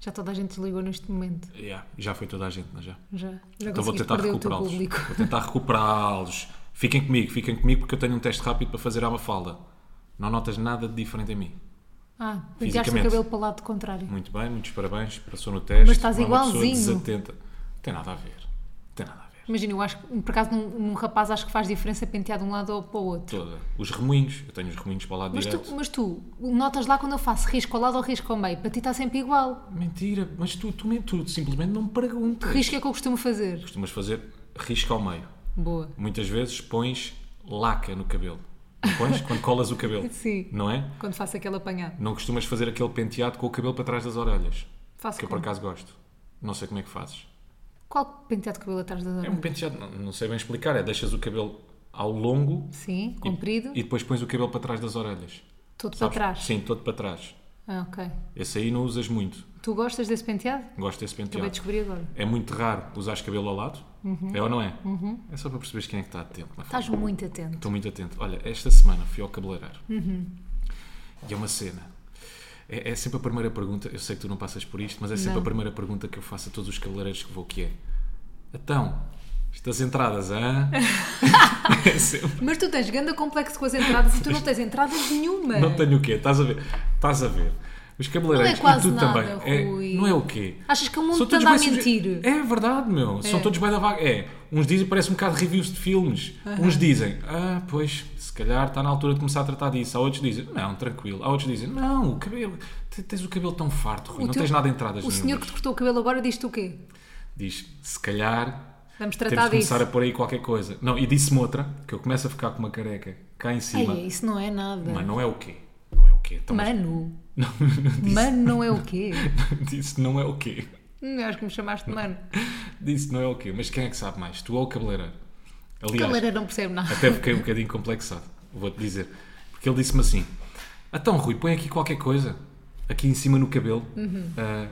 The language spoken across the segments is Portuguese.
Já toda a gente desligou neste momento. Yeah, já foi toda a gente, não é já? Já. Já Então vou consegui tentar perder o teu recuperá-los. público. Vou tentar recuperá-los. Fiquem comigo, fiquem comigo porque eu tenho um teste rápido para fazer à Mafalda. Não notas nada de diferente em mim. Ah, penteaste o Fisicamente. cabelo para o lado contrário. Muito bem, muitos parabéns, passou no teste. Mas estás Não é uma pessoa igualzinho. Desatenta. Tem nada a ver. Tem nada a ver. Imagina, eu acho que, por acaso, num, num rapaz acho que faz diferença pentear de um lado ou para o outro. Toda. Os remoinhos. Eu tenho os remoinhos para o lado Mas direito. tu, mas tu notas lá quando eu faço risco ao lado ou risco ao meio. Para ti está sempre igual. Mentira, mas tu, tu, men- tu simplesmente não me perguntas. Que risco é que eu costumo fazer? Costumas fazer risco ao meio. Boa. Muitas vezes pões laca no cabelo. Não pões? Quando colas o cabelo. Sim. Não é? Quando faço aquele apanhado. Não costumas fazer aquele penteado com o cabelo para trás das orelhas. Faço Que eu por como? acaso gosto. Não sei como é que fazes. Qual penteado de cabelo atrás da É um orelha? penteado, não, não sei bem explicar. É deixas o cabelo ao longo Sim, um- e- comprido, e, depois pões o cabelo para trás das orelhas. todo Sabes? para trás. Sim, todo para trás. Ah, ok. Esse aí não usas muito. Tu gostas desse penteado? Gosto desse Acabei penteado. de descobrir agora. É muito raro usares cabelo ao lado. Uhum. É ou não é? É só para perceberes quem é que está atento. na Estás muito atento. Estou muito atento. Olha, esta semana fui ao cabeleireiro. Uhum. E é uma cena. É, é sempre a primeira pergunta. Eu sei que tu não passas por isto, mas é sempre Não. a primeira pergunta que eu faço a todos os cabeleireiros que vou, que é... Então, estas entradas, hã? é sempre... Mas tu tens grande complexo com as entradas e tu não tens entradas nenhuma. Não tenho o quê? Estás a ver? Estás a ver. Os cabeleireiros, É. Não é quase e tu nada, também. É- Rui. não é o quê? Achas que o mundo São te todos anda a bem suge- mentir? É verdade, meu. São todos bem da vaga. É, uns dizem, parece um bocado reviews de filmes. Uns dizem, ah, pois, se calhar está na altura de começar a tratar disso. Há outros dizem, não, tranquilo. Há outros dizem, não, o cabelo, te- tens o cabelo tão farto, Rui, O não teu- tens nada de entradas O senhor que te cortou o cabelo agora diz-te o quê? Diz, se calhar temos Vamos tratar de disso. começar a pôr aí qualquer coisa. Não, e disse-me outra, que eu começo a ficar com uma careca cá em cima. Ei, isso não é nada. Mas não é o quê? Não é o quê? Então, Mano. Não, Mano não é o quê? disse, não é o quê? Hum, Acho que me chamaste de mano. Disse, não é o quê? Mas quem é que sabe mais? Tu ou o cabeleireiro? A Aliás, galera não percebe nada. Até fiquei um bocadinho complexado, vou-te dizer. Porque ele disse-me assim: Então, Rui, põe aqui qualquer coisa, aqui em cima no cabelo. Uhum. Ah,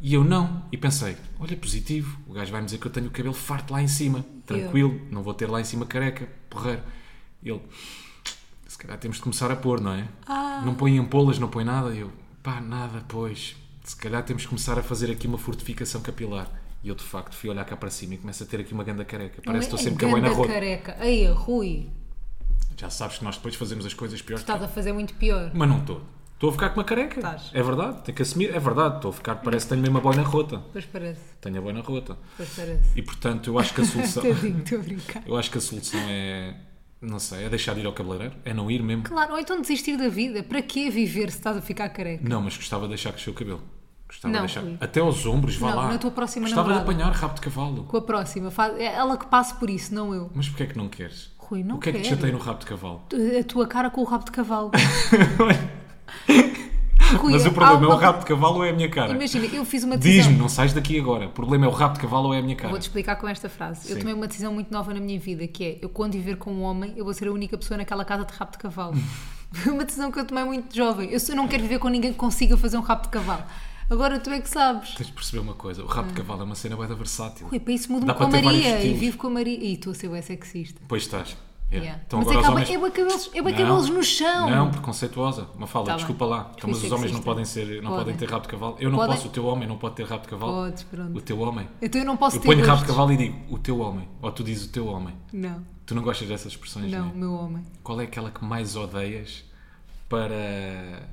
e eu não. E pensei: Olha, positivo, o gajo vai me dizer que eu tenho o cabelo farto lá em cima, tranquilo, não vou ter lá em cima careca, porreiro. E ele: Se calhar temos de começar a pôr, não é? Ah. Não põe ampolas, não põe nada. E eu: Pá, nada, pois. Se calhar temos de começar a fazer aqui uma fortificação capilar. E eu, de facto, fui olhar cá para cima e começo a ter aqui uma ganda careca. Parece que estou sempre com a boina Ganda rota. é careca. Ei, Rui, Já sabes que nós depois fazemos as coisas piores. estás a fazer muito pior. Mas não estou. Estou a ficar com uma careca. Estás. É verdade, tenho que assumir. É verdade, estou a ficar. Parece que tenho mesmo a boina rota. Pois parece, Tenho a boina rota. pois parece. E portanto, eu acho que a solução. Tadinho, estou a brincar. eu acho que a solução é. Não sei, é deixar de ir ao cabeleireiro. É não ir mesmo. Claro, ou então desistir da vida. Para quê viver se estás a ficar careca? Não, mas gostava de deixar crescer o cabelo. Gostava de Não, deixar. Rui. Até aos ombros, vá Não, lá. na tua próxima gostava namorada. de apanhar rabo de cavalo. Com a próxima, faz- é ela que passa por isso, não eu. Mas porquê é que não queres? Rui, não o que é que te quero. chatei no rabo de cavalo? A tua cara com o rabo de cavalo. Rui, mas o problema é o alguma- rabo de cavalo ou é a minha cara? Imagina, eu fiz uma decisão. Diz-me, não sais daqui agora. O problema é o rabo de cavalo ou é a minha cara? Vou-te explicar com esta frase. Eu Sim. tomei uma decisão muito nova na minha vida, que é, eu quando viver com um homem, eu vou ser a única pessoa naquela casa de rabo de cavalo. Foi uma decisão que eu tomei muito jovem. Eu só não quero viver com ninguém que consiga fazer um rabo de cavalo. Agora tu é que sabes. Tens de perceber uma coisa, o rabo Hum. de cavalo é uma cena bem da versátil. Rui, para isso Dá mudo-me com para a ter vários Maria e estilos. vivo com a Maria. E tu a ser bué sexista. Pois estás. Yeah. Yeah. Então Mas agora os acaba, homens... é bué cabelos, é bué Não. cabelos no chão. Não, preconceituosa. Uma fala, Tá bem. desculpa lá. Então, mas Fui os homens não sexista. podem ser, não podem. Podem. ter rabo de cavalo. Eu não Podem. posso, o teu homem não pode ter rabo de cavalo. Podes, pronto. O teu homem. Então eu não posso Eu ter ponho rabo de gostos. cavalo e digo o teu homem. Ou tu dizes o teu homem. Não, Tu não gostas dessas expressões, não, né? meu homem. Qual é aquela que mais odeias para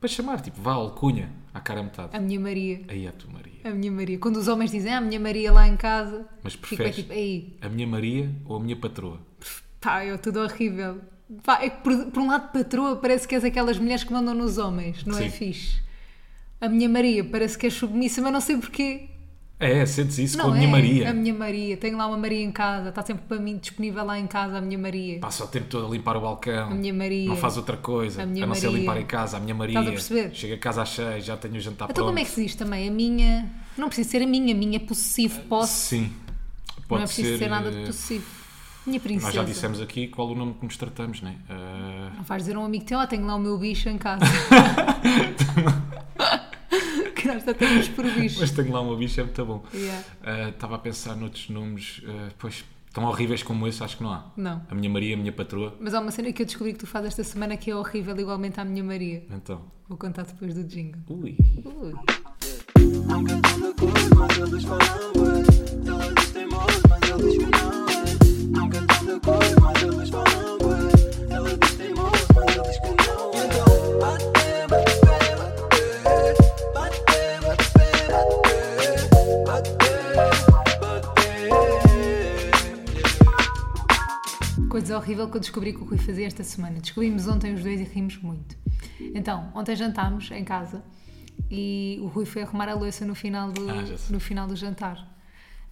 para chamar, tipo, vá alcunha à cara a metade. A minha Maria. Aí é a tua Maria. A minha Maria. Quando os homens dizem "Ah, a minha Maria lá em casa, Mas fico bem preferes- tipo, aí, A minha Maria ou a minha patroa? pá, é tudo horrível. Pá, é que por, por um lado, patroa, parece que és aquelas mulheres que mandam nos homens, não Sim. é fixe? A minha Maria parece que é submissa, mas não sei porquê. É, sentes isso Não com a minha é. Maria. A minha Maria. Tenho lá uma Maria em casa, está sempre para mim disponível lá em casa, a minha Maria. Passa o tempo todo a limpar o balcão. A minha Maria. Não faz outra coisa. A minha a não ser Maria. limpar em casa. A minha Maria. Estás a perceber? Chega a casa às seis, já tenho o jantar então, pronto. como é que se diz também? A minha. Não precisa ser a minha, a minha é possessivo, posso. Sim. Eh, Pode não é preciso ser, nada de eh, possessivo. Minha princesa. Nós já dissemos aqui qual o nome que nos tratamos, né? Eh, Não vais dizer a um amigo teu, ó, tenho lá o meu bicho em casa. que nós até temos por bicho. mas tenho lá uma bicha, é muito bom. Yeah. Eh, Estava a pensar noutros nomes, eh, pois, tão horríveis como esse, acho que não há. Não. A minha Maria, a minha patroa. Mas há uma cena que eu descobri que tu fazes esta semana que é horrível, igualmente à minha Maria. Então. Vou contar depois do jingle. Ui. Ui. Não cantando cor, mas eles falam bué. Ela diz teimoso, mas ele diz que não é. Não cantando cor, mas eles falam bué. Ela diz teimoso, mas ele diz que não é. Então, bate, bate, pé, bate, pé. Bate, bate, pé, bate, pé. Bate, bate. Coisa horrível que eu descobri que o Rui fazia esta semana. Descobrimos ontem os dois e rimos muito. Então, ontem jantámos em casa e o Rui foi arrumar a louça no final do, Ah, já sei. no final do jantar.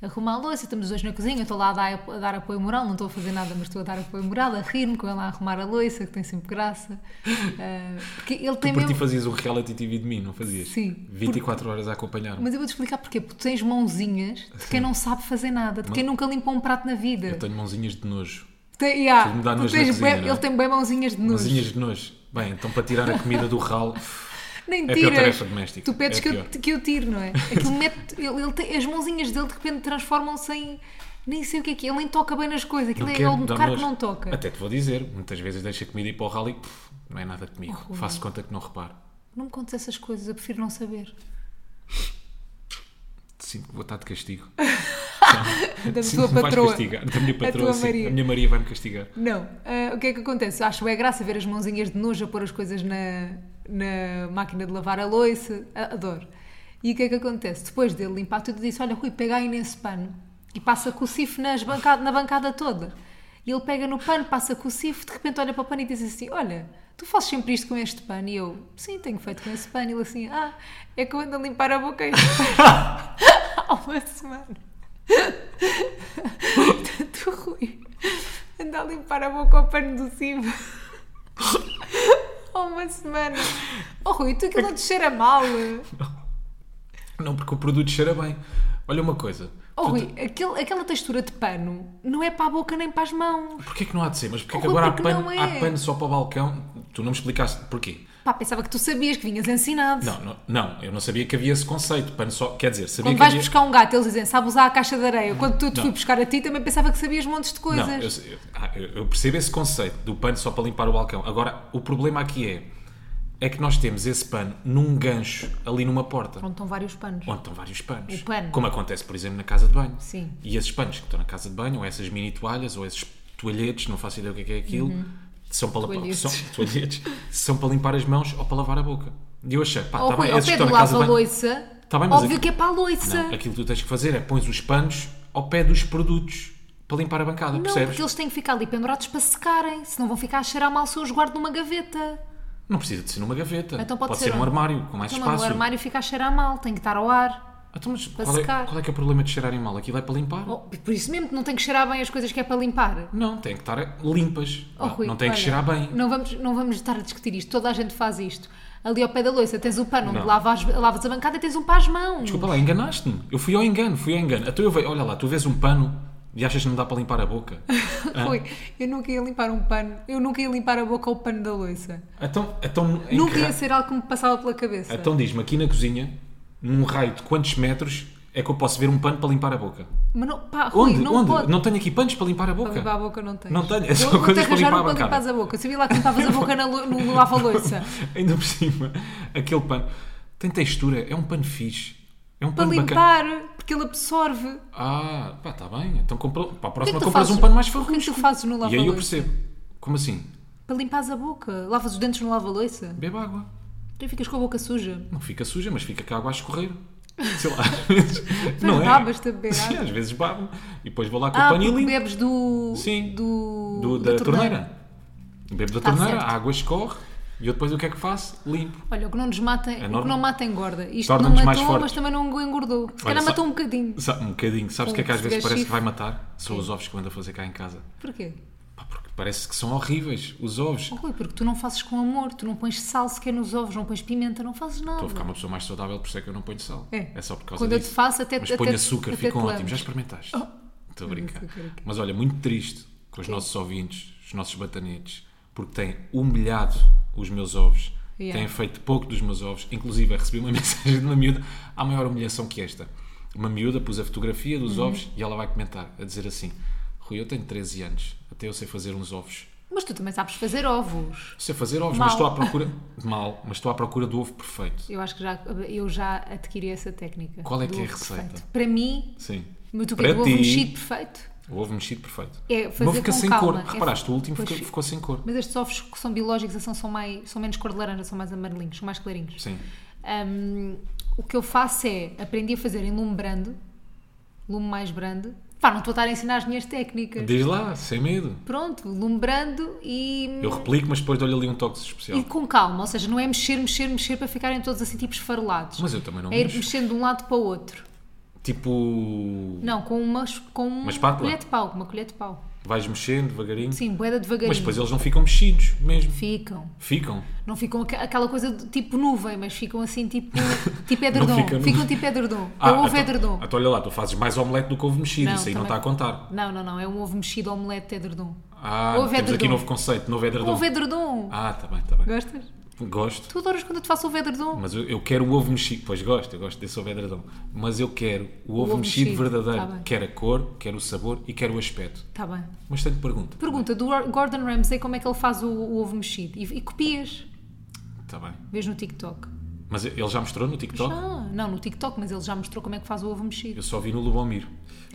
Arrumar a louça, estamos os dois na cozinha, eu estou lá a dar, a dar apoio moral, não estou a fazer nada, mas estou a dar apoio moral, a rir-me com ele a arrumar a louça, que tem sempre graça. Ah, porque ele tem Tu por ti mesmo... fazias o reality TV de mim, não fazias? Sim. 24 horas a acompanhar-me. Mas eu vou-te explicar porquê, porque tu tens mãozinhas de quem não sabe fazer nada, de quem nunca limpou um prato na vida. Eu tenho mãozinhas de nojo. Tem, yeah, Tudo me dá tu nojo tens na cozinha, bué- não é? ele tem bem mãozinhas de nojo. Mãozinhas de nojo. Bem, então para tirar a comida do ralo, Nem É a pior tiras. tarefa doméstica. Tu pedes É a que, eu, pior. que eu tire, não é? Aquilo mete, ele, ele tem- as mãozinhas dele de repente transformam-se em. Nem sei o que é que é. Ele nem toca bem nas coisas. Aquilo não é quero, ele um dá bocado que nojo. não toca. Até te vou dizer, muitas vezes deixo a comida ir para o ralo e pff, não é nada comigo. Faço de conta que não reparo. Não me contes essas coisas, eu prefiro não saber. Sim, vou estar de castigo. Da Sim, tua me vais patroa. castigar. Da minha patroa, tua sim. Maria. A minha Maria vai-me castigar. Não. Ah, o que é que acontece? Eu Acho bem graça ver as mãozinhas de nojo a pôr as coisas na, na máquina de lavar a louça. A- Adoro. E o que é que acontece? Depois dele limpar tudo, eu disse: Olha, Rui, pega aí nesse pano e passa com o cifre nas bancada, na bancada toda. E ele pega no pano, passa com o cifre, de repente olha para o pano e diz assim: Olha, tu fazes sempre isto com este pano? E eu: Sim, tenho feito com esse pano. E ele assim: Ah, é que eu ando a limpar a boca a este pano." há uma semana. Tanto Rui anda a limpar a boca ao pano do cimo. Há uma semana. Oh Rui, tu aquilo não te cheira mal. Não, porque o produto cheira bem. Olha uma coisa. Oh Tu- Rui, aquele- aquela textura de pano não é para a boca nem para as mãos. Porquê que não há de ser? Mas porquê que Oh, Rui, agora há porque pano, não é. há pano só para o balcão? Tu não me explicaste porquê. Pá, pensava que tu sabias que vinhas ensinado. Não, não, não, eu não sabia que havia esse conceito. Pano só, quer dizer, sabia Quando que vais havia... buscar um gato, eles dizem, sabe usar a caixa de areia. Quando tu te Não. fui buscar a ti, também pensava que sabias montes de coisas. Não, eu, eu- ah, eu- eu percebo esse conceito do pano só para limpar o balcão. Agora, o problema aqui é é que nós temos esse pano num gancho ali numa porta, Onde estão vários panos. onde estão vários panos. O pano. Como acontece, por exemplo, na casa de banho. Sim. E esses panos que estão na casa de banho, ou essas mini toalhas, ou esses toalhetes, não faço ideia o que é, que é aquilo, são, para limpar, Uhum. Toalhetes. são, toalhetes, são para limpar as mãos ou para lavar a boca. E eu achei, pá, Oh está Rui, tá bem, ao esses que pé estão do na casa lava de a banho. louça, Tá bem, mas óbvio aqui- que é para a louça. Não, aquilo que tu tens que fazer é pões os panos ao pé dos produtos para limpar a bancada, Não, percebes? porque eles têm que ficar ali pendurados para secarem, senão vão ficar a cheirar mal se eu os guardo numa gaveta. Não precisa de ser numa gaveta. Então pode pode ser ser, um onde? armário, com mais Então, mas espaço. o armário fica a cheirar mal, tem que estar ao ar. Então, mas para qual é, secar. qual é que é o problema de cheirarem mal? Aquilo é para limpar? Oh, por isso mesmo que não tem que cheirar bem as coisas que é para limpar. Não, tem que estar limpas. Oh, não, Rui, Ah, não tem que olha, cheirar bem. Não vamos, não vamos estar a discutir isto, toda a gente faz isto. Ali ao pé da louça tens o pano onde Não. lavas, lavas a bancada e tens um para as mãos. Desculpa lá, enganaste-me. Eu fui ao engano, fui ao engano. Então eu vejo, olha lá, tu vês um pano e achas que não dá para limpar a boca. Ah. Rui, eu nunca ia limpar um pano, eu nunca ia limpar a boca ao pano da louça. Então, então, em Nunca que ra- ia ser algo que me passava pela cabeça. então diz-me, aqui na cozinha, num raio de quantos metros é que eu posso ver um pano para limpar a boca? Mas não, pá, Rui, Onde? não Onde? pode. Não tenho aqui panos para limpar a boca. Para limpar a boca não tens. Não tenho, é só Vou- vou-te coisas para limpar arranjar um a para bancada. limpares a boca. Eu sabia lá que limpavas a boca na lo- no lava-louça. Ainda por cima, aquele pano tem textura, é um pano fixe. É um Para pano bacana. limpar, porque ele absorve. é Ah, pá, está bem. Então compra, para a que é que próxima tu compras fazes? um pano mais O que é que tu farrusco. fazes no E aí eu lava-louça? percebo. Como assim? Para limpares a boca. Lavas os dentes no lava-louça. Bebe água. Tu ficas com a boca suja. Não fica suja, mas fica com a água a escorrer. Sei lá, às vezes. não é? babas-te a beber Sim, água. às vezes babo. E depois vou lá com Ah, o pano e porque limpo. bebes do... Sim. do- Do- da, torneira. Bebo da Tá torneira, certo. a água escorre. E eu depois o que é que faço? Limpo. Olha, o que não nos mata, o que É normal. não mata engorda. Isto não Torna-nos mais matou, mas fortes. também não engordou. Se Olha, calhar sa- matou um bocadinho. Sa- Um bocadinho. Sabes o que é que às Se tiver vezes parece que chifre. vai matar? São os ovos que eu ando a fazer cá em casa. Porquê? Pá, porque parece que são horríveis os ovos. Oh, Rui, porque tu não fazes com amor. Tu não pões sal sequer nos ovos, não pões pimenta, não fazes nada. Estou a ficar uma pessoa mais saudável, por isso é que eu não ponho sal. É. só por causa Quando eu disso. te faço, até- Mas até- ponho açúcar, até ficam te Oh. ótimos. Já lembras. experimentaste? Estou a brincar. Não sei o que é que Mas olha, muito triste com os nossos ouvintes, os nossos batanetes, porque têm humilhado os meus ovos. Yeah. Têm feito pouco dos meus ovos. Inclusive, eu recebi uma mensagem de uma miúda. Há maior humilhação que esta. Uma miúda pus a fotografia Uhum. dos ovos e ela vai comentar, a dizer assim: Rui, eu tenho 13 anos, até eu sei fazer uns ovos. Mas tu também sabes fazer ovos. Sei fazer ovos, Mal. mas estou à procura. Mal, mas estou à procura do ovo perfeito. Eu acho que já, eu já adquiri essa técnica. Qual é do que é a ovo receita? perfeito. Para mim, Sim. mas tu Para queres o ovo ti. mexido perfeito? O ovo mexido perfeito. É O fazer meu fica com sem calma. cor. É- Reparaste, o último Pois fica- fica. ficou sem cor. Mas estes ovos que são biológicos são, são, mais, são menos cor de laranja, são mais amarelinhos, são mais clarinhos. Sim. Hum, o que eu faço é, aprendi a fazer em lume brando, lume mais brando. Pá, não estou a estar a ensinar as minhas técnicas. Diz lá, sem medo. Pronto, lume brando e, Eu replico, mas depois dou-lhe ali um toque e especial. com calma. Ou seja, não é mexer, mexer, mexer para ficarem todos assim tipo esfarelados. Mas eu também não é ir mexo. mexendo de um lado para o outro. Tipo, Não, com uma, com uma, espátula? colher de pau. Uma colher de pau. vais mexendo devagarinho. Sim, boeda devagarinho. Mas depois eles não ficam mexidos mesmo. Ficam. Ficam. Não ficam aqua- aquela coisa de tipo nuvem, mas ficam assim tipo, tipo edredom. fica ficam nu- tipo edredom. é Ah, um ovo então- edredom. Então olha lá, tu fazes mais omelete do que ovo mexido. Não, Isso aí não está também- a contar. Não, não, não. É um ovo mexido omelete de edredom. Ah, Ovo temos aqui edredom. novo conceito, novo edredom. Ovo é edredom. Ah, está bem, está bem. Gostas? Gosto. Tu adoras quando eu te faço ovo edredom. Mas eu, eu quero o ovo mexido, pois gosto, eu gosto desse ovo edredom. Mas eu quero o ovo, ovo mexido, mexido, verdadeiro. tá bem. quero a cor, quero o sabor e quero o aspecto. Está Tá bem. Mas tenho pergunta. Pergunta do Or- Gordon Ramsay como é que ele faz o, o ovo mexido. E, e copias. Está Tá bem. Vês no TikTok. Mas ele já mostrou no TikTok? Já. Não, no TikTok, mas ele já mostrou como é que faz o ovo mexido. Eu só vi no Lubomir.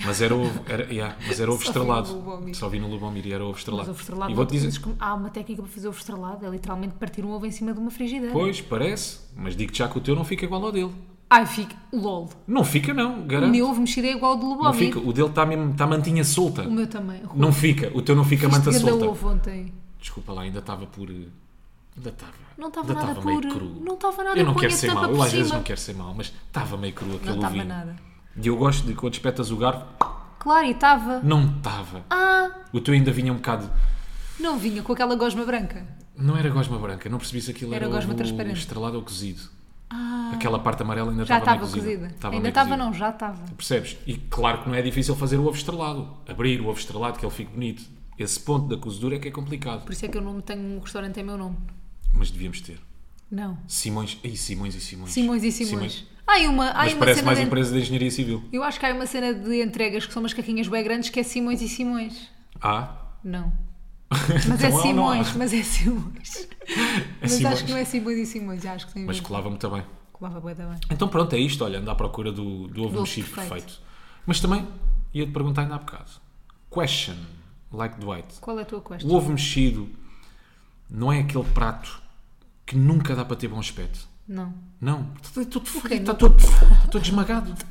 Mas era ovo, era, yeah, mas era ovo Só vi no estrelado. Lubomir. Só vi no Lubomir e era ovo estrelado. Mas ovo estrelado, e vou-te não- dizer, mas como- há uma técnica para fazer ovo estrelado, é literalmente partir um ovo em cima de uma frigideira. pois, parece, mas digo já que o teu não fica igual ao dele. Ai, fica, lol. Não fica não, O garanto. meu ovo mexido é igual ao do não Lubomir. fica, o dele está mesmo, está mantinha solta. O meu também. Rui, Não fica, o teu não fica fiz-te manta ganda solta. ovo ontem. Desculpa lá, ainda estava por... eh, Ainda estava... Não estava ainda nada estava meio puro. cru. Não estava nada Eu não puro, quero a ser tampa mau, eu por às vezes cima. não quero ser mau, mas estava meio cru aquele Não estava ovinho. nada. E eu gosto de quando espetas o garfo, Claro, e estava. não estava. Ah, O teu ainda vinha um bocado... não vinha com aquela gosma branca. Não era gosma branca, não percebi se aquilo era, Era gosma ovo transparente. estrelado ou cozido. Ah, Aquela parte amarela ainda já estava estava meio cozida. cozida. Estava Ainda meio estava, cozida. não, já estava. Percebes? E claro que não é difícil fazer o ovo estrelado. Abrir o ovo estrelado, que ele fique bonito. Esse ponto da cozedura é que é complicado. Por isso é que eu não tenho um restaurante em meu nome. Mas devíamos ter. Não. Simões, ei, Simões e Simões. Simões e Simões. Há uma, há Mas uma parece cena mais de... empresa da engenharia civil. Eu acho que há uma cena de entregas que são umas carrinhas bem grandes que é Simões e Simões. Ah, Não. Mas Então é é ou não Simões, há? mas é Simões. mas Simões. acho que não é Simões e Simões, acho que tem mas mesmo. colava-me também. Colava bué da bem. Então pronto, é isto. Olha, anda à procura do, do ovo Do ovo mexido perfeito. perfeito. Mas também ia-te perguntar ainda há bocado. Question, like Dwight. Qual é a tua quest? O ovo mexido não é aquele prato que nunca dá para ter bom aspecto. Não. Não. Está todo fodido, tá está não? todo, está todo esmagado. Tá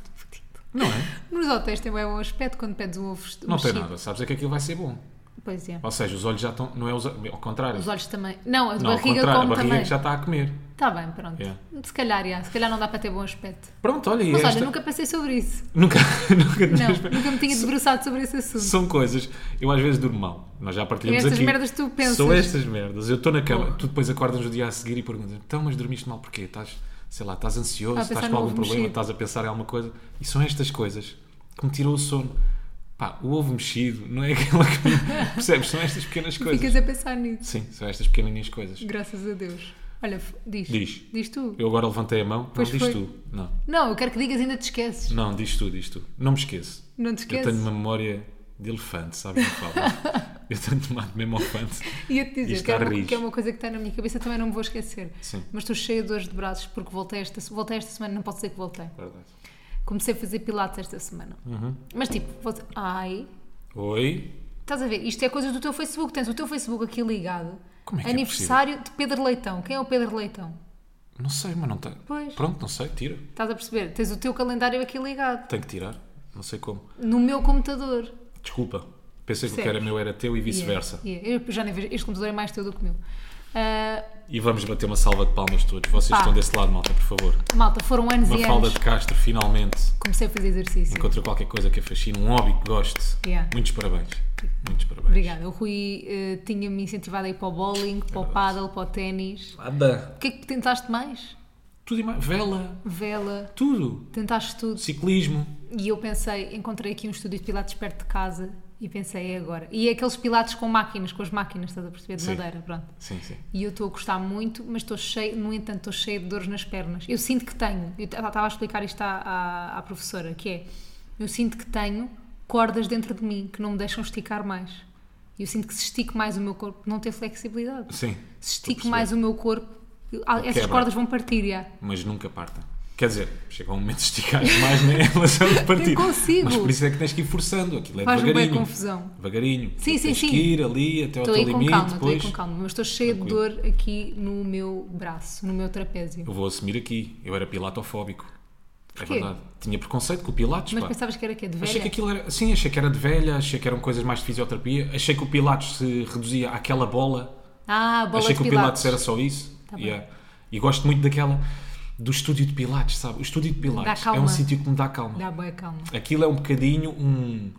Não é? Nos hotéis tem bem bom aspecto quando pedes um ovo mexido. Não tem nada. Sabes é que aquilo vai ser bom. Pois é. Ou seja, os olhos já estão. Não é os, ao contrário. Os olhos também. Não, a não, ao barriga contrário. A come barriga também. que já está a comer. Está bem, pronto. Yeah. Se calhar, yeah. se calhar não dá para ter bom aspecto. Pronto, olha. e Mas esta- olha, nunca pensei sobre isso. Nunca. nunca Não, nunca me tinha debruçado sobre esse assunto. São coisas. Eu às vezes durmo mal. Nós já partilhamos Estas aqui. merdas que tu pensas. São estas merdas. Eu estou na cama. Tu depois acordas no dia a seguir e perguntas então, mas dormiste mal porquê? Estás, sei lá, estás ansioso, Ah, estás pensar com no algum ovo problema, mexido. estás a pensar em alguma coisa. E são estas coisas que me tiram o sono. Pá, o ovo mexido não é aquela que... Percebes? São estas pequenas coisas. Ficas a pensar nisso. Sim, são estas pequenininhas coisas. Graças a Deus. Olha, f- diz. Diz. Diz tu. Eu agora levantei a mão. Pois não, diz foi. tu. Não, Não, eu quero que digas ainda te esqueces. não, diz tu, diz tu. Não me esqueço. Não te Eu esqueces. tenho uma memória de elefante, sabes? Não falo. Eu tenho tomado mesmo ao elefante. Ia-te dizer Isto que é, dá uma, rijo. que é uma coisa que está na minha cabeça, também não me vou esquecer. Sim. Mas estou cheia de dores de braços porque voltei esta, se- voltei esta semana, não posso dizer que voltei. Verdade. Comecei a fazer pilates esta semana. Uhum. Mas tipo, volte- ai, Oi. estás a ver? Isto é coisa do teu Facebook, tens o teu Facebook aqui ligado. Como é que é Aniversário de Pedro Leitão. Quem é o Pedro Leitão? Não sei, mas não tem. Pois. Pronto, não sei, tira. Estás a perceber? Tens o teu calendário aqui ligado. Tenho que tirar. Não sei como. No meu computador. Desculpa. Pensei que o que Percebes? era meu era teu e vice-versa. Yeah, yeah. Eu já nem vejo. Este computador é mais teu do que o meu. Ah, E vamos bater uma salva de palmas todos. Vocês Pá. estão desse lado, malta, por favor. malta, foram anos Uma e falda anos. de Castro, finalmente. Comecei a fazer exercício. Encontrou qualquer coisa que a fascine, um hobby que goste. Yeah. Muitos parabéns. Muitos parabéns. Obrigada. O Rui eh, tinha-me incentivado a ir para o bowling, para É o paddle, para o ténis. Nada. O que é que tentaste mais? Tudo e mais. Vela. Vela. Tudo. Tentaste tudo. Ciclismo. E eu pensei, encontrei aqui um estúdio de pilates perto de casa e pensei, é agora. E é aqueles pilates com máquinas, com as máquinas, estás a perceber? De Sim. madeira, pronto. Sim, sim. E eu estou a gostar muito, mas estou cheio, no entanto, estou cheia de dores nas pernas. Eu sinto que tenho, eu t- estava a explicar isto à, à, à professora, que é, eu sinto que tenho cordas dentro de mim que não me deixam esticar mais. E eu sinto que se estico mais o meu corpo, não tem flexibilidade. Sim. estou Se a estico perceber. mais o meu corpo, ah, essas Quebra. cordas vão partir, já. Mas nunca partem. Quer dizer, chega um momento de esticar mais, né? Elas são de partir. consigo. Mas por isso é que tens que ir forçando. Aquilo é Faz-me bem devagarinho. confusão. Devagarinho. Sim, sim, tens sim. que ir ali até ao teu Estou aí com limite. calma, estou aí depois... com calma, mas estou cheia de Tranquilo. dor aqui no meu braço, no meu trapézio. Eu vou assumir aqui. Eu era pilatofóbico. Porquê? É verdade. Tinha preconceito com o Pilates, Mas pá. pensavas que era quê? De Achei que velha? aquilo era. Sim, achei que era de velha, achei que eram coisas mais de fisioterapia. Achei que o Pilates se reduzia àquela bola. Ah, bola achei de que o pilates. Pilates era só isso. Tá bem. Yeah. E gosto muito daquela. do estúdio de Pilates, sabe? O estúdio de Pilates é calma. um sítio que me dá calma. Dá boa calma. Aquilo é um bocadinho um,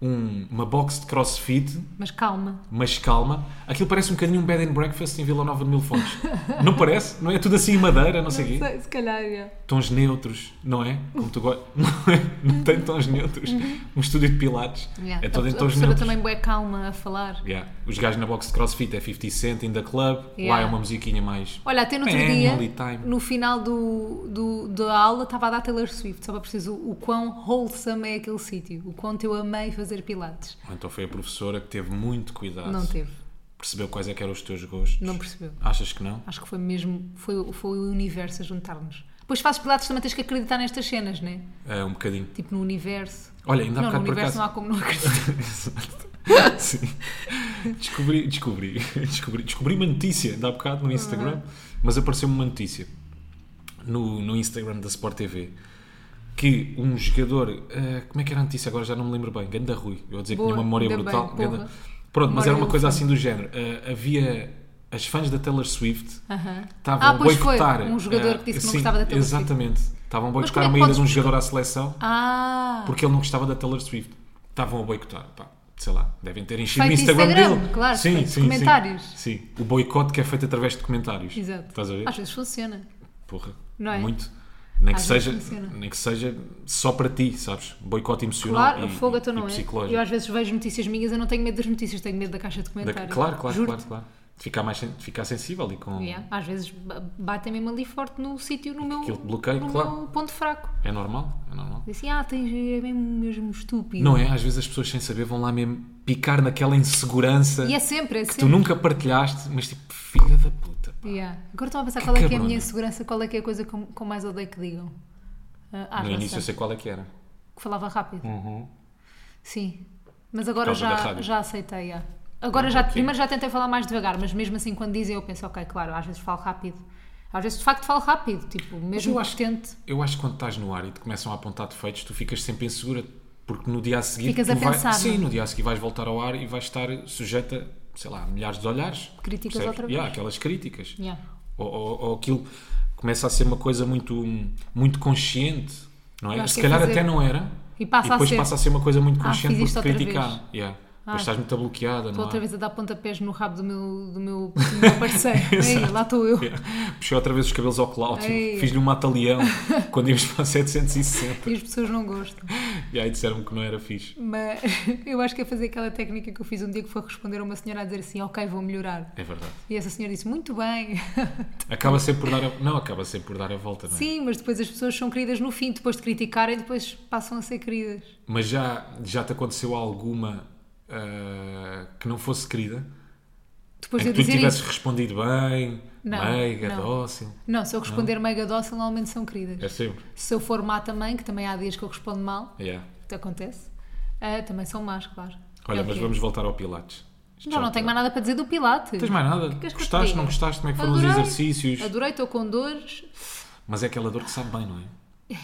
um- uma box de crossfit, Mas calma. mas calma. Aquilo parece um bocadinho um bed and breakfast em Vila Nova de Mil Fontes. não parece? Não é tudo assim em madeira, não sei o quê? Sei, se calhar, já. Tons neutros, não é? Como tu go- não, é? não tem tons neutros. Um estúdio de pilates Já. é todo Uhum. a, em a tons professora neutros. também boa calma a falar. Yeah. Os gajos na box de crossfit é 50 Cent, in the club. Lá Yeah. é uma musiquinha mais. Olha, até no outro É, dia, Molly Time. no final do, do- da aula, estava a dar Taylor Swift, só para preciso o quão wholesome é aquele sítio, o quanto eu amei fazer pilates. Então foi a professora que teve muito cuidado. Não teve, Percebeu quais é que eram os teus gostos. não percebeu. Achas que não? Acho que foi mesmo, foi, foi o universo a juntar-nos. Depois fazes pilates, também tens que acreditar nestas cenas, né? É, um bocadinho. Tipo no universo. Olha, ainda há não, no bocado por acaso. universo não há como não acreditar. Exato. Sim. Descobri, descobri, descobri, descobri uma notícia de há bocado no Instagram, Uhum. mas apareceu-me uma notícia no, no Instagram da Sport TV que um jogador, eh, como é que era a notícia agora, já não me lembro bem, Ganda Rui, eu vou dizer Boa, que tinha uma memória ainda brutal. bem, ganda- porra. Pronto, mas Memória era uma coisa elefante. assim do género. Eh, havia as fãs da Taylor Swift Aham. estavam Ah, a pois foi, boicotar. um jogador eh, que disse que não sim, gostava da Taylor Swift. Exatamente, estavam a boicotar como é que uma ida de um podes- jogador à seleção Ah! porque ele não gostava da Taylor Swift. Estavam a boicotar, pá, sei lá, devem ter enchido Feito o Instagram, Instagram, dele. claro, feito comentários. Sim. o boicote que é feito através de comentários. Exato. Estás a ver? Às vezes funciona. Porra, Não é? muito. Nem que, Às vezes seja, funciona. nem que seja só para ti, sabes? Boicote emocional Claro, e, fogo e- então e não é? psicológico. Eu às vezes vejo notícias minhas, eu não tenho medo das notícias, tenho medo da caixa de Da- comentários. Claro, claro, Juro-te. claro, claro. De ficar, mais, sen- de ficar sensível e com... Yeah, Às vezes ba- batem mesmo ali forte no sítio, no meu, Aquele bloqueio, no claro. meu ponto fraco. É normal, é normal. Diz assim, ah, tens, é mesmo, mesmo estúpido. Não é? Às vezes as pessoas sem saber vão lá mesmo picar naquela insegurança E é sempre, é que tu sempre. nunca partilhaste, mas tipo, filha da puta, pá. Yeah. Agora estou a pensar qual é que é a cabrona. minha insegurança, qual é que é a coisa que eu, que eu mais odeio que digam. Ah, ah, No já início eu sei. sei qual é que era. Que falava rápido. Sim. Mas agora causa da já, rádio. Uhum, já aceitei. yeah. Agora já, Ok. primeiro já tentei falar mais devagar, mas mesmo assim quando dizem eu penso, ok, claro, às vezes falo rápido. Às vezes de facto falo rápido, tipo, mesmo eu que tente. Eu acho que quando estás no ar e te começam a apontar defeitos, tu ficas sempre insegura, porque no dia a seguir. Ficas tu a vai- pensar, Sim, não é? no dia a seguir vais voltar ao ar e vais estar sujeita, sei lá, a milhares de olhares. Críticas percebes? outra vez. Yeah, aquelas críticas. Yeah. Ou, ou- ou aquilo começa a ser uma coisa muito, muito consciente, não Eu é? acho Se que é calhar fazer- até não era. E passa a depois ser. passa a ser uma coisa muito Ah, consciente fiz isto porque outra criticar. vez. Yeah. Ah. Depois estás muito bloqueada, Estou não outra é? vez a dar pontapés no rabo do meu, do meu, do meu parceiro. Ei, lá estou eu. Yeah. Puxei outra vez os cabelos ao Cláudio, Ei. fiz-lhe um mataleão quando íamos para 760. E as pessoas não gostam. E aí disseram-me que não era fixe. Mas eu acho que é fazer aquela técnica que eu fiz um dia que foi responder a uma senhora a dizer assim, ok, vou melhorar. É verdade. E essa senhora disse, muito bem. Acaba sempre por dar a... Não, acaba sempre por dar a volta, não é? Sim, mas depois as pessoas são queridas no fim, depois de criticarem, depois passam a ser queridas. Mas já, já te aconteceu alguma ah, que não fosse querida? Depois de em É eu que tu dizer tivesses isso. respondido bem, Não, meiga, não. dócil. Não, se eu responder mega dócil, normalmente são queridas. É sempre. Se eu for má também, que também há dias que eu respondo mal, Yeah. que acontece, ah, também são más, claro. Olha, É o mas quê? vamos voltar ao Pilates. Isto Não, já não tá- tenho mais nada para dizer do Pilates. Tens mais nada? queres que eu te gostaste, diga? não gostaste? Como é que foram os Adorei. exercícios? Adorei, estou com dores. Mas é aquela dor que sabe bem, não é?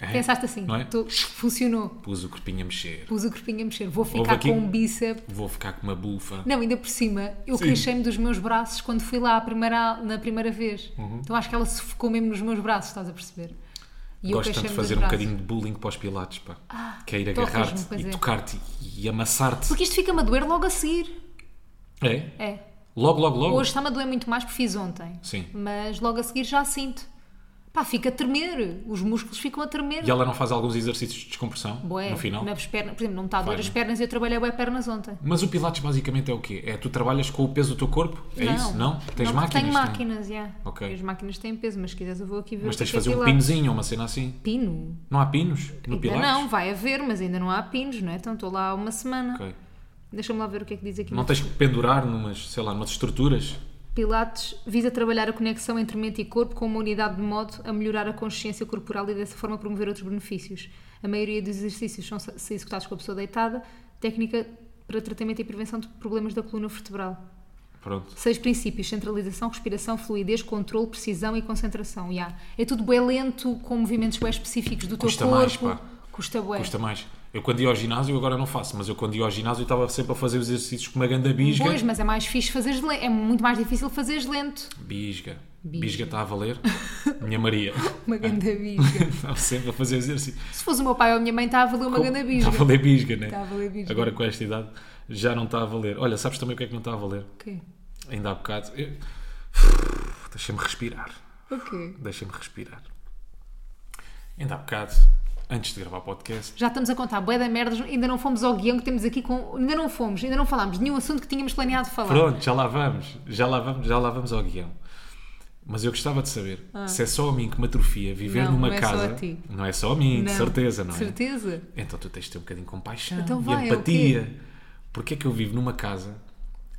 é. Pensaste assim, Não é? tô- funcionou. Pus o corpinho a mexer. Pus o corpinho a mexer, vou Houve ficar aqui- com um bíceps. Vou ficar com uma bufa. Não, ainda por cima, eu Sim. queixei-me dos meus braços quando fui lá à primeira, na primeira vez. Uhum. Então acho que ela se focou mesmo nos meus braços, estás a perceber? E Gosto tanto de queixei-me fazer dos um braços. Ah, bocadinho de bullying para os pilates, pá. que é ir tocas-me, agarrar-te pois é. e tocar-te e amassar-te. Porque isto fica-me a doer logo a seguir. É? É. Logo, logo, logo. Hoje está-me a doer muito mais porque fiz ontem. Sim. Mas logo a seguir já sinto. Pá, fica a tremer. Os músculos ficam a tremer. E ela não faz alguns exercícios de descompressão Bué, no final? nas pernas. Por exemplo, não me está a doer Faz, as não? pernas e eu trabalhei bué pernas ontem. Mas o Pilates basicamente é o quê? É tu trabalhas com o peso do teu corpo? É isso? Não? Tens não, porque máquinas? também? Tenho máquinas, já. Ok. E As máquinas têm peso, mas se quiseres eu vou aqui ver Mas o tens de que é fazer que é um Pilates. pinozinho ou uma cena assim? Pino? Não há pinos no Ainda Pilates? não, vai haver, mas ainda não há pinos, não é? Então estou lá há uma semana. Ok. Deixa-me lá ver o que é que diz aqui. Não tens que pendurar numas, sei lá, numas estruturas. Pilates visa trabalhar a conexão entre mente e corpo com uma unidade de modo a melhorar a consciência corporal e dessa forma promover outros benefícios. A maioria dos exercícios são se executados com a pessoa deitada, técnica para tratamento e prevenção de problemas da coluna vertebral. Pronto. Seis princípios: centralização, respiração, fluidez, controle, precisão e concentração. Ya. É tudo bem lento, com movimentos bem específicos do Custa teu corpo. mais, pá. Custa bué. Custa mais. Eu quando ia ao ginásio, agora não faço, mas eu quando ia ao ginásio estava sempre a fazer os exercícios com uma ganda bisga. Pois, mas é mais fixe fazeres lento. É muito mais difícil fazeres lento. Bisga. Bisga. Bisga está a valer. Minha Maria. Uma ganda bisga. Estava sempre a fazer exercício. Se fosse o meu pai ou a minha mãe, está a valer uma ganda Está bisga. a valer bisga, né? Está a valer bisga. Agora com esta idade já não está a valer. Olha, sabes também o que é que não está a valer? Ok. Ainda há bocado. eu- Deixa-me respirar. Ok. Deixa-me respirar. Ainda há bocado, antes de gravar o podcast, Já estamos a contar bué da merdas, ainda não fomos ao guião que temos aqui com... Ainda não fomos, ainda não falámos de nenhum assunto que tínhamos planeado falar. Pronto, já lá vamos. Já lá vamos, já lá vamos ao guião. Mas eu gostava de saber se é só a mim que me atrofia viver Ah. Não, numa não é só casa. a ti. Não é só a mim, de Não. certeza, não é? Certeza. Então tu tens de ter um bocadinho de compaixão Então e vai, é o empatia. Porque é que eu vivo numa casa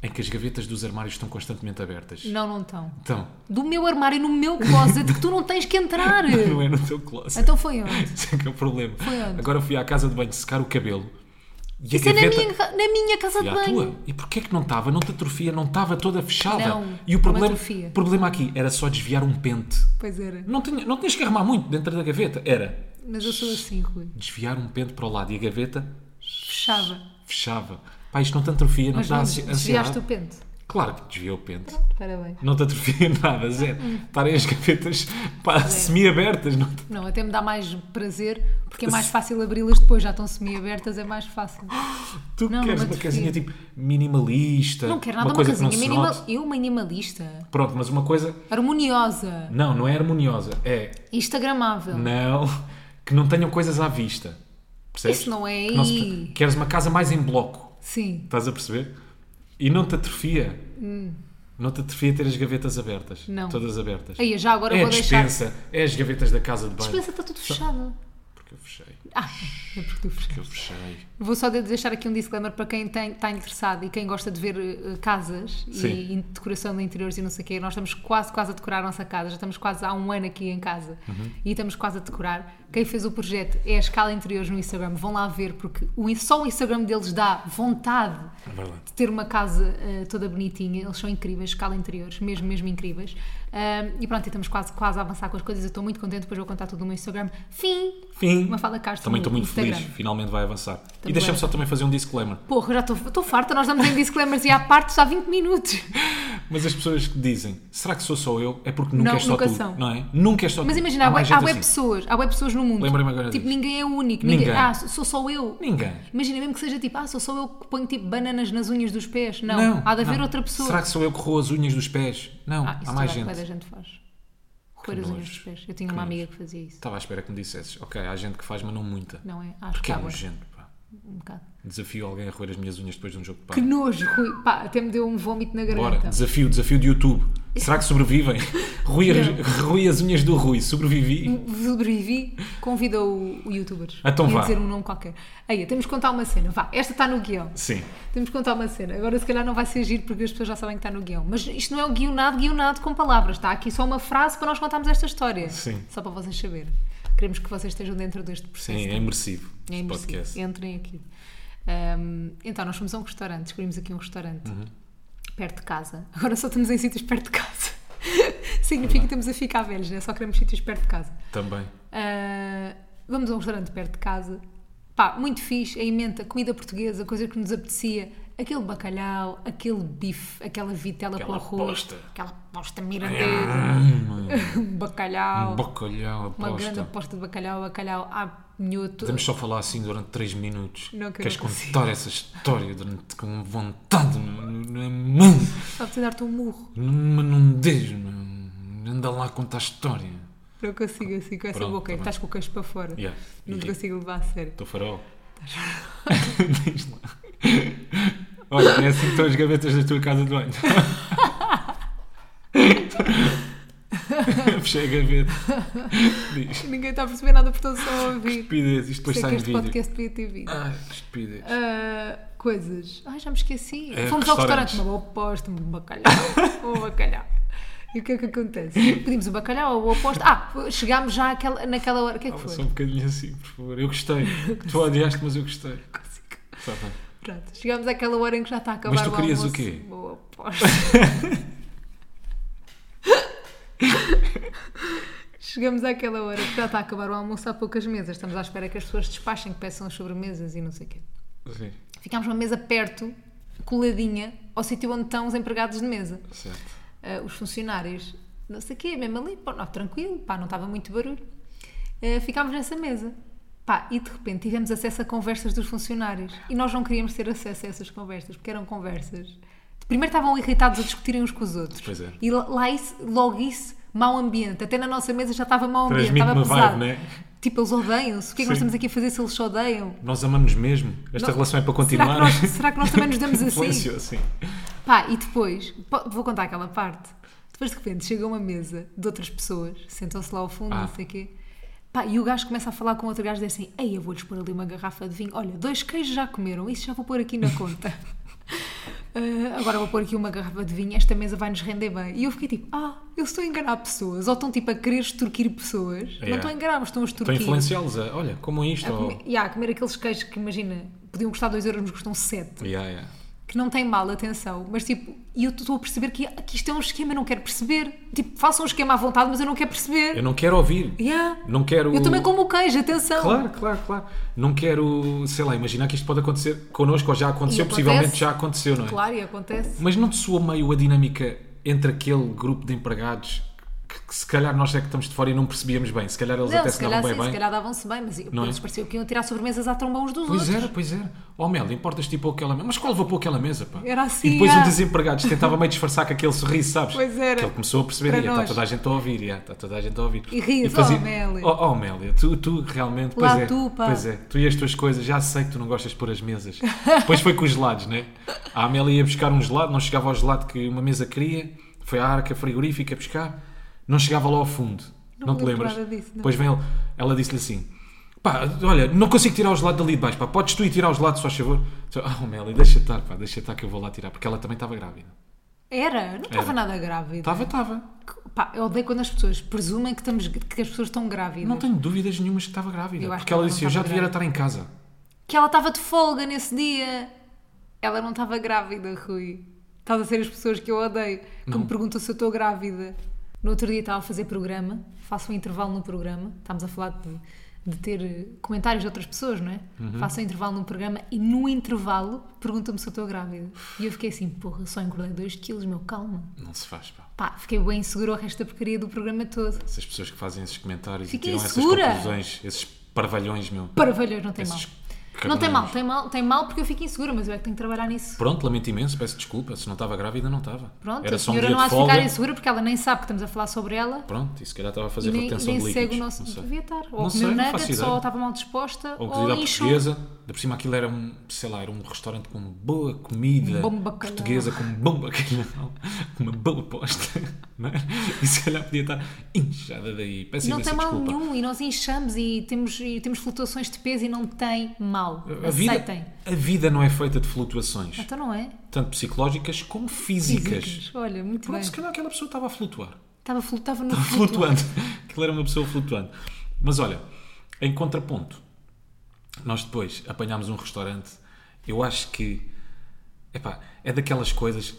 em que as gavetas dos armários estão constantemente abertas? Não, não estão. Então, Do meu armário, no meu closet, que tu não tens que entrar. não é no teu closet. Então foi onde? Esse é que é o problema. Foi onde? Agora fui à casa de banho secar o cabelo e Isso é na minha, ca- na minha casa E de à banho. tua? E porquê que não estava? Não te atrofia? Não estava toda fechada? Não, e o não problema, atrofia. o problema aqui era só desviar um pente. Pois era. Não, tinha, não tinhas que arrumar muito dentro da gaveta. Era Mas eu sou assim, Rui. desviar um pente para o lado e a gaveta Fechava. fechava. Pá, isto não te atrofia, não Mas te dá não ansi- desviaste ansiedade. o pente. Claro que desviou o pente. Parabéns. Não te atrofia nada, zero. Hum. Estarem as gavetas pá, semi-abertas. Não te... Não, até me dá mais prazer, porque é mais fácil abri-las depois, já estão semi-abertas, é mais fácil. Tu Não, queres não uma te casinha tipo minimalista. Não quero nada uma, É, coisa que casinha. não se minimal- note. Eu, uma minimalista. Pronto, mas uma coisa... Harmoniosa. Não, não é harmoniosa. É Instagramável. Não, que não tenham coisas à vista. Percebes? Isso não é Que se- aí. Queres uma casa mais em bloco, Sim. estás a perceber? E não te atrofia. Não te atrofia ter as gavetas abertas. Hum. Não. Todas abertas. Aí, já agora é a vou deixar. dispensa, é as gavetas da casa de A banho. dispensa está tudo fechada. Porque eu fechei, Ah, é porque tu fechaste. porque eu fechei. Vou só de- deixar aqui um disclaimer para quem tem- está interessado e quem gosta de ver eh, casas e Sim. in- decoração de interiores e não sei o quê. Nós estamos quase, quase a decorar a nossa casa. Já estamos quase há um ano aqui em casa e estamos quase a decorar. Quem fez o projeto é a Escala Interiores no Instagram. Vão lá ver porque o, in- só o Instagram deles dá vontade É verdade. de ter uma casa eh, toda bonitinha. Eles são incríveis, Escala Interiores, mesmo, mesmo incríveis. Ahm, e pronto, e estamos quase, quase a avançar com as coisas. Eu estou muito contente, depois vou contar tudo no meu Instagram. Fim! Fim. Uma fala Castro Também no estou muito Instagram. feliz, finalmente vai avançar. Também. E deixa-me só também fazer um disclaimer. Porra, eu já estou- estou farta, nós damos em disclaimers e à parte já há 20 minutos. Mas as pessoas que dizem, será que sou só eu? É porque nunca Não, é só nunca tu. são. Não é? Nunca é só tu. Mas imagina, há, mais bué- há gente bué assim. pessoas, há web pessoas no mundo. Lembrei-me agora Tipo, disso. ninguém é único. Ninguém. Ninguém. Ah, sou só eu. Ninguém. Imagina, mesmo que seja tipo, ah, sou só eu que ponho tipo bananas nas unhas dos pés. Não, Não, há de haver não. outra pessoa. Será que sou eu que roo as unhas dos pés? Não, Ah, isso há mais toda a bué da gente. gente faz. Roer as nojo. unhas dos pés. Eu tinha Que uma nojo. amiga que fazia isso. Estava à espera que me dissesses. Ok, há gente que faz, mas não muita. Não é? Acho Porque que é há bué. nojento, pá. um bocado. Desafio alguém a roer as minhas unhas depois de um jogo de pá. Que nojo, Rui. Pá, até me deu um vómito na Bora, garganta. desafio, desafio de YouTube. Será que sobrevivem? Rui, Rui as unhas do Rui, Hum. sobrevivi. Sobrevivi, convida o, o youtubers. Então Ia vá. dizer um nome qualquer. Aí, temos que contar uma cena. Vá, esta está no guião. Sim. Temos que contar uma cena. Agora, se calhar, não vai ser giro porque as pessoas já sabem que está no guião. Mas isto não é um guionado, guionado com palavras. Está aqui só uma frase para nós contarmos esta história. Sim. Só para vocês saberem. Queremos que vocês estejam dentro deste processo. Sim, é imersivo. este É imersivo. podcast. Entrem aqui. Ahm, então, nós fomos a um restaurante, descobrimos aqui um restaurante Uhum. perto de casa. Agora só estamos em sítios perto de casa. Significa que estamos a ficar velhos, né? Só queremos sítios perto de casa. Também. Ah, vamos a um restaurante perto de casa. Pá, muito fixe, a emenda, comida portuguesa, coisa que nos apetecia. Aquele bacalhau, aquele bife, aquela vitela com Aquela arroz. posta. Ah. Aquela posta mirandesa. um bacalhau. Um bacalhau, uma grande aposta. aposta de bacalhau, bacalhau à minhoto. Podemos só falar assim durante 3 minutos. Não, que eu Queres não consigo. contar essa história durante, com vontade? Não, não, não. Só preciso dar-te um murro. Não, mas não diz, meu. Anda lá a contar a história. Não consigo assim com essa Pronto, boca. tá bem. Estás com o queixo para fora. Yeah. Não te E- consigo levar a sério. Teu farol. diz lá. Olha, é assim que estão as gavetas da tua casa de banho. Fechei a gaveta. Diz. Ninguém está a perceber nada, portanto só a ouvir. Estupidez, isto depois Sei sai que em este vídeo. podcast devia ter vindo. Ai, que estupidez. Ah, coisas. Ai, já me esqueci. É, Fomos ao restaurantes. restaurante, uma oposto, um bacalhau, um bacalhau. E o que é que acontece? Pedimos o bacalhau ou o oposto. Ah, chegámos já àquela- naquela hora. O que é que Só foi? um bocadinho assim, por favor. Eu gostei. Tu odiaste, mas eu gostei. Está bem. Pronto, chegámos àquela hora em que já está a acabar Mas tu o querias almoço. o quê? O oposto. Chegamos àquela hora que já está a acabar o almoço há poucas mesas. Estamos à espera que as pessoas despachem, que peçam as sobremesas e não sei o quê. Sim, Ficámos uma mesa perto, coladinha, ao sítio onde estão os empregados de mesa. certo. Ah, os funcionários, não sei o quê, mesmo ali, pá, não, tranquilo, pá, não estava muito barulho. Ah, ficámos nessa mesa. Pá, e de repente tivemos acesso a conversas dos funcionários. E nós não queríamos ter acesso a essas conversas, porque eram conversas. Primeiro estavam irritados a discutirem uns com os outros. Pois é. E lá- lá isso, logo isso, mau ambiente. Até na nossa mesa já estava mau ambiente, Transmite estava uma pesado. vibe, não é? Tipo, eles odeiam-se. O que é que nós Sim. estamos aqui a fazer se eles se odeiam? Nós amamos mesmo. Esta Não- relação é para Será que continuar. nós, será que nós também nos damos assim? Influenciou, sim. Pá, e depois, po- vou contar aquela parte. Depois de repente chega uma mesa de outras pessoas, sentam-se lá ao fundo, Ah. não sei o quê. Pá, e o gajo começa a falar com outro gajo e diz assim: Ei, eu vou-lhes pôr ali uma garrafa de vinho. Olha, dois queijos já comeram, isso já vou pôr aqui na conta. Ah, agora vou pôr aqui uma garrafa de vinho, esta mesa vai nos render bem. E eu fiquei tipo: Ah, eu estou a enganar pessoas, ou estão tipo a querer extorquir pessoas. Não Yeah. estou a enganar, mas estão a Estou a extorquir. influenciá-los. a, Olha, como é isto? A ou- comer, yeah, a comer aqueles queijos que, imagina, podiam custar 2 euros, mas custam 7 Yeah, yeah. que não tem mal, atenção, mas tipo, e eu estou a perceber que, que isto é um esquema, eu não quero perceber. Tipo, façam um esquema à vontade, mas eu não quero perceber. Eu não quero ouvir. Yeah. Não quero. Eu também como o queijo, atenção. Claro, claro, claro. Não quero, sei lá, imaginar que isto pode acontecer connosco ou já aconteceu, E acontece. possivelmente já aconteceu, não é? Claro, e acontece. Mas não te soa meio a dinâmica entre aquele grupo de empregados que, que se calhar nós é que estamos de fora e não percebíamos bem. Se calhar eles não, até se se davam calhar bem sim, bem. se calhar davam-se bem, mas Não é? eles pareciam que iam tirar sobremesas à tromba uns dos Pois outros. era, pois era. Oh Mel, importas tipo aquela mesa. Mas qual vou pôr aquela mesa, pá? Era assim, E depois ah. um dos empregados tentava meio disfarçar com aquele sorriso, sabes? Pois era. Que ele começou a perceber, Para está nós. toda a gente a ouvir, ia, está toda a gente a ouvir. E rias, "Oh, Amélia." Oh, oh Amélia, tu, tu realmente, Lá pois é. tu, pá. Pois é, tu e as tuas coisas, já sei que tu não gostas de pôr as mesas. depois foi com os gelados, né? A Amélia ia buscar um gelado, não chegava ao gelado que uma mesa queria, foi à arca frigorífica buscar, não chegava lá ao fundo. Não Não, me te lembro lembras? nada disso, não. Depois vem ele, ela disse-lhe assim: pá, olha, não consigo tirar o gelado dali de baixo, pá, podes tu ir tirar o gelado, se faz favor? Disse, Ah, oh, Meli, deixa estar, pá, deixa estar que eu vou lá tirar, porque ela também estava grávida. Era, não estava Era. Tá. nada grávida. Estava, estava. Pá, eu odeio quando as pessoas presumem que, estamos, que as pessoas estão grávidas. Não tenho dúvidas nenhumas que estava grávida, Eu acho porque que ela ela não disse: eu já estava devia era grávida. estar em casa. Que ela estava de folga nesse dia. Ela não estava grávida, Rui. Estás a ser as pessoas que eu odeio, que me perguntam se eu estou grávida. No outro dia estava a fazer programa, faço um intervalo no programa, estamos a falar de, de ter eh, comentários de outras pessoas, não é? Faço um intervalo no programa e no intervalo perguntam-me se eu estou grávida. E eu fiquei assim, porra, só engordei 2 quilos, meu, calma. Não se faz, pá. Pá, fiquei bem insegura o resto da porcaria do programa todo. Essas pessoas que fazem esses comentários e Fiquei tiram insegura. essas conclusões, esses parvalhões, meu. Parvalhões, não tem Esses mal. Não tem mal, cagalhões. tem mal, tem mal porque eu fico insegura, mas eu é que tenho que trabalhar nisso. Pronto, lamento imenso, peço desculpa, se não estava grávida, não estava. Pronto, era a só um senhora dia não há de de ficar folga. insegura porque ela nem sabe que estamos a falar sobre ela Pronto, é e se calhar estava a fazer e nem, e retenção nem de segue líquidos. o nosso. não sei. Devia estar. Não Ou sei, comeu não faço nuggets, ideia. ou estava mal disposta, Ou ou cozida à inchou. portuguesa. Ainda por cima aquilo era um, sei lá, era um restaurante com boa comida Um bom bacalhau. portuguesa, com um bom bacalhau, com uma boa aposta. não é? E se calhar podia estar inchada daí. Peço Não imensa tem mal assim, desculpa. nenhum e nós inchamos e temos, e temos flutuações de peso e não tem mal. A vida, Aceitem. a vida não é feita de flutuações, Então não é? tanto psicológicas como físicas. Olha, muito Pronto, se bem. calhar aquela pessoa estava a flutuar. Estava, flu- estava no flutuante. flutuante. Aquilo era uma pessoa flutuante. Mas olha, em contraponto, nós depois apanhámos um restaurante. Eu acho que epá, é daquelas coisas.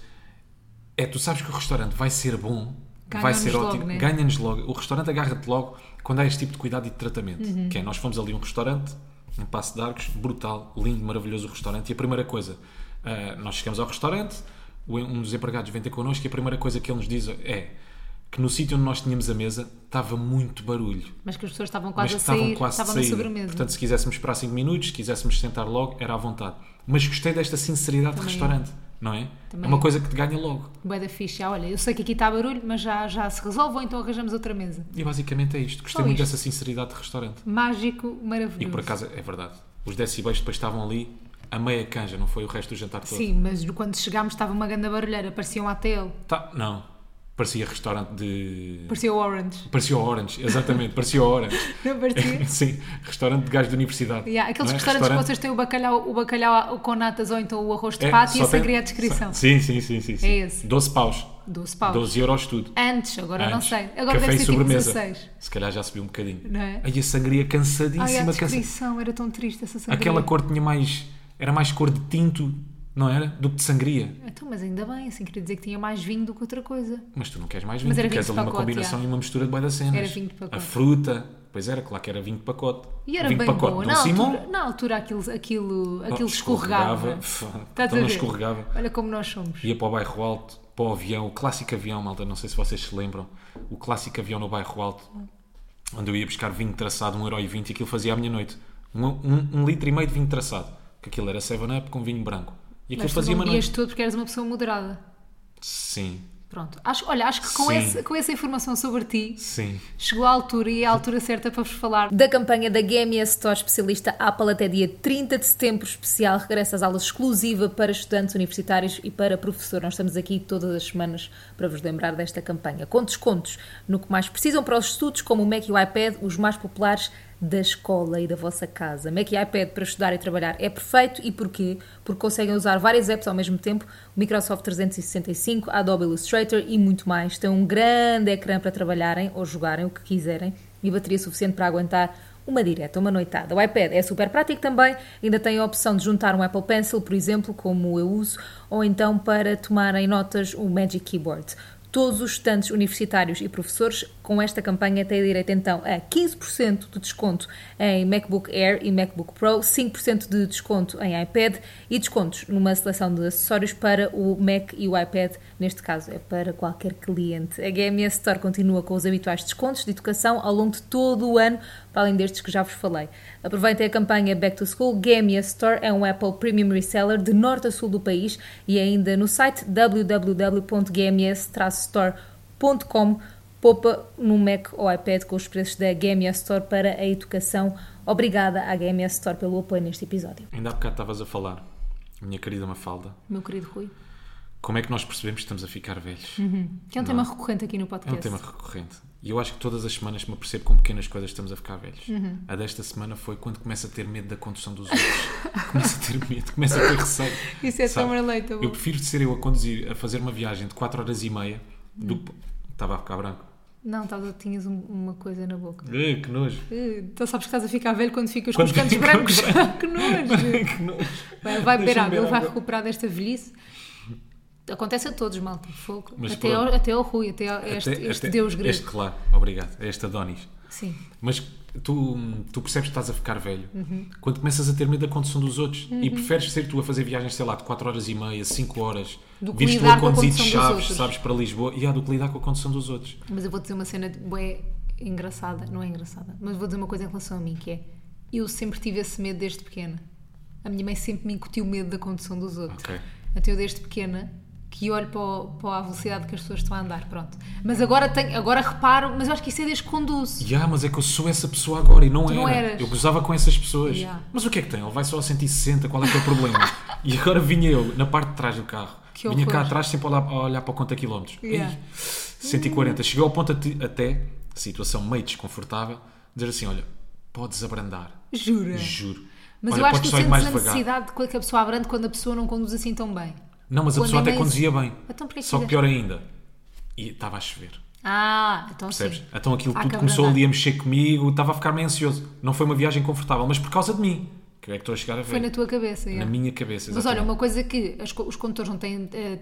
É, tu sabes que o restaurante vai ser bom, vai Ganha-nos ser logo, ótimo, né? ganha-nos logo. O restaurante agarra-te logo quando há este tipo de cuidado e de tratamento. Uhum. Que é, nós fomos ali a um restaurante, um passo de arcos, brutal, lindo, maravilhoso o restaurante. E a primeira coisa, ah, nós chegamos ao restaurante, o- um dos empregados vem ter connosco e a primeira coisa que ele nos diz é que no sítio onde nós tínhamos a mesa estava muito barulho Mas que as pessoas estavam mas quase que a sair, estavam quase estavam de na saída. sobremesa. Portanto, se quiséssemos esperar 5 minutos, se quiséssemos sentar logo, era à vontade. Mas gostei desta sinceridade de Também restaurante, não é? Também é uma é. coisa que te ganha logo. Bué da ficha. Ah, Olha, eu sei que aqui está barulho, mas já, já se resolve ou então arranjamos outra mesa. E basicamente é isto. Gostei Só muito isto. dessa sinceridade de restaurante. Mágico, maravilhoso. E por acaso, é verdade. Os decibéis depois estavam ali a meia canja, não foi o resto do jantar todo. Sim, mas quando chegámos estava uma grande barulheira, pareciam um ATL. Tá, não. Parecia restaurante de. Parecia o Orange. Parecia o Orange, exatamente, parecia o Orange. Não parecia? Sim, restaurante de gajos da universidade. Yeah, aqueles Não é? restaurantes que Restaurante- vocês têm o bacalhau, o bacalhau com natas ou então o arroz de É, pato e só esse tem- agria a descrição. só- Sim, sim, sim. sim, sim. É esse. 12 paus. 12 paus. 12 euros tudo. Antes, agora não Antes. sei. Agora Café deve e ser tipo sobremesa. 16. Se calhar já subiu um bocadinho. Não é? Aí a sangria Ai, é a cansadíssima. cansa- descrição, era tão triste essa sangria. Aquela cor tinha mais. Era mais cor de tinto, não era? Do que de sangria. Então, mas ainda bem, assim, queria dizer que tinha mais vinho do que outra coisa. Mas tu não queres mais vinho, Mas era tu vinho queres de ali uma pacote, combinação já. e uma mistura de bué das cenas. Era vinho de pacote. A fruta, pois era, claro que era vinho de pacote. E era vinho bem de pacote boa. do Na Simão, altura, na altura aquilo, aquilo, oh, aquilo escorregava. Fá, Estás Então a não ver? escorregava. Olha como nós somos. Ia para o bairro alto, para o avião, o clássico avião, malta, não sei se vocês se lembram. O clássico avião no bairro alto, onde eu ia buscar vinho traçado, 1,20€ e aquilo fazia à minha noite. Um, um- um litro e meio de vinho traçado. Que aquilo era 7-up com vinho branco. E aquilo Mas tu fazia não uma bebias noite. tudo porque eras uma pessoa moderada. Sim, Pronto. Acho, olha, acho que com, Sim. esse- com essa informação sobre ti, sim. chegou a altura e é a altura certa para vos falar da campanha da GMS Store Especialista Apple até dia 30 de setembro especial. Regressa às aulas exclusiva para estudantes universitários e para professor. Nós estamos aqui todas as semanas para vos lembrar desta campanha. Com descontos no que mais precisam para os estudos, como o Mac e o iPad, os mais populares da escola e da vossa casa. Mac e iPad para estudar e trabalhar é perfeito e porquê? Porque conseguem usar várias apps ao mesmo tempo, o Microsoft 365, Adobe Illustrator e muito mais. Têm um grande ecrã para trabalharem ou jogarem o que quiserem e bateria suficiente para aguentar uma direta, uma noitada. O iPad é super prático também, ainda tem a opção de juntar um Apple Pencil, por exemplo, como eu uso, ou então para tomarem notas o Magic Keyboard. Todos os estudantes universitários e professores com esta campanha têm direito então a 15% de desconto em MacBook Air e MacBook Pro, 5% de desconto em iPad e descontos numa seleção de acessórios para o Mac e o iPad, neste caso é para qualquer cliente. A GMS Store continua com os habituais descontos de educação ao longo de todo o ano, para além destes que já vos falei. Aproveitem a campanha Back to School. GMS Store é um Apple Premium Reseller de norte a sul do país e é ainda no site www.gms-store.com poupa no Mac ou iPad com os preços da GMS Store para a educação. Obrigada à GMS Store pelo apoio neste episódio. Ainda há bocado estavas a falar, minha querida Mafalda, meu querido Rui. como é que nós percebemos que estamos a ficar velhos? Que é um tema recorrente aqui no Uhum. É um podcast. tema recorrente. E eu acho que todas as semanas me percebo com pequenas coisas que estamos a ficar velhos. Uhum. A desta semana foi quando começo a ter medo da condução dos outros. começo a ter medo, começo a ter receio. Isso é sabe? tão relatable. Eu prefiro ser eu a conduzir, a fazer uma viagem de 4 horas e meia do Uhum. que. Estava a ficar branco. Não, tava, tinhas um- uma coisa na boca. Eh, que nojo. Eh, Então sabes que estás a ficar velho quando ficas Quando com os cantos fico com brancos. os que nojo! que nojo. Vai, vai beber Deixa-me água, beber ele vai água. recuperar desta velhice. Acontece a todos, malta. Fogo. Mas Até pronto. ao, até ao Rui, até ao- É este, Até- este até- Deus grego. Este, claro, obrigado. é Este Adonis. Sim. Mas tu, tu percebes que estás a ficar velho Uhum. quando começas a ter medo da condução dos outros e preferes ser tu a fazer viagens, sei lá, de 4 horas e meia, 5 horas, Do que vires tu lidar a com a conduzir de condução dos chaves, outros. sabes, para Lisboa e há do que lidar com a condução dos outros. Mas eu vou dizer uma cena de bué engraçada. Não é engraçada, mas vou dizer uma coisa em relação a mim, que é... Eu sempre tive esse medo desde pequena. A minha mãe sempre me incutiu medo da condução dos outros. Ok. Até eu desde pequena que olho para, o- para a velocidade que as pessoas estão a andar, pronto. Mas agora tenho, agora reparo, mas eu acho que isso é desde que conduzo. E ah, mas é que eu sou essa pessoa agora e não Tu era. não eras. Eu gozava com essas pessoas. Ya. Mas o que é que tem? Ele vai só a 160, qual é que é o problema? e agora vinha eu, na parte de trás do carro. Que vinha cá horror. atrás sempre a olhar, a olhar para o conta quilómetros. Ya. Ei, 140. Chegou ao ponto ati- até, situação meio desconfortável, dizer assim, olha, podes abrandar. Jura? Juro. É. Mas Olha, eu acho podes que só ir sentes a mais devagar. necessidade de que a pessoa abrande quando a pessoa não conduz assim tão bem. Não, mas a Quando pessoa é até meio- conduzia bem. Então porquê que Só que fizeste? pior ainda. E estava a chover. Ah, então Percebes? sim. Então aquilo Há que tudo começou abrandar. ali a mexer comigo, estava a ficar meio ansioso. Não foi uma viagem confortável, mas por causa de mim. Que eu é que estou a chegar a ver. Foi na tua cabeça, Na yeah. minha cabeça. Mas olha, exatamente. uma coisa que as co- os condutores não têm eh,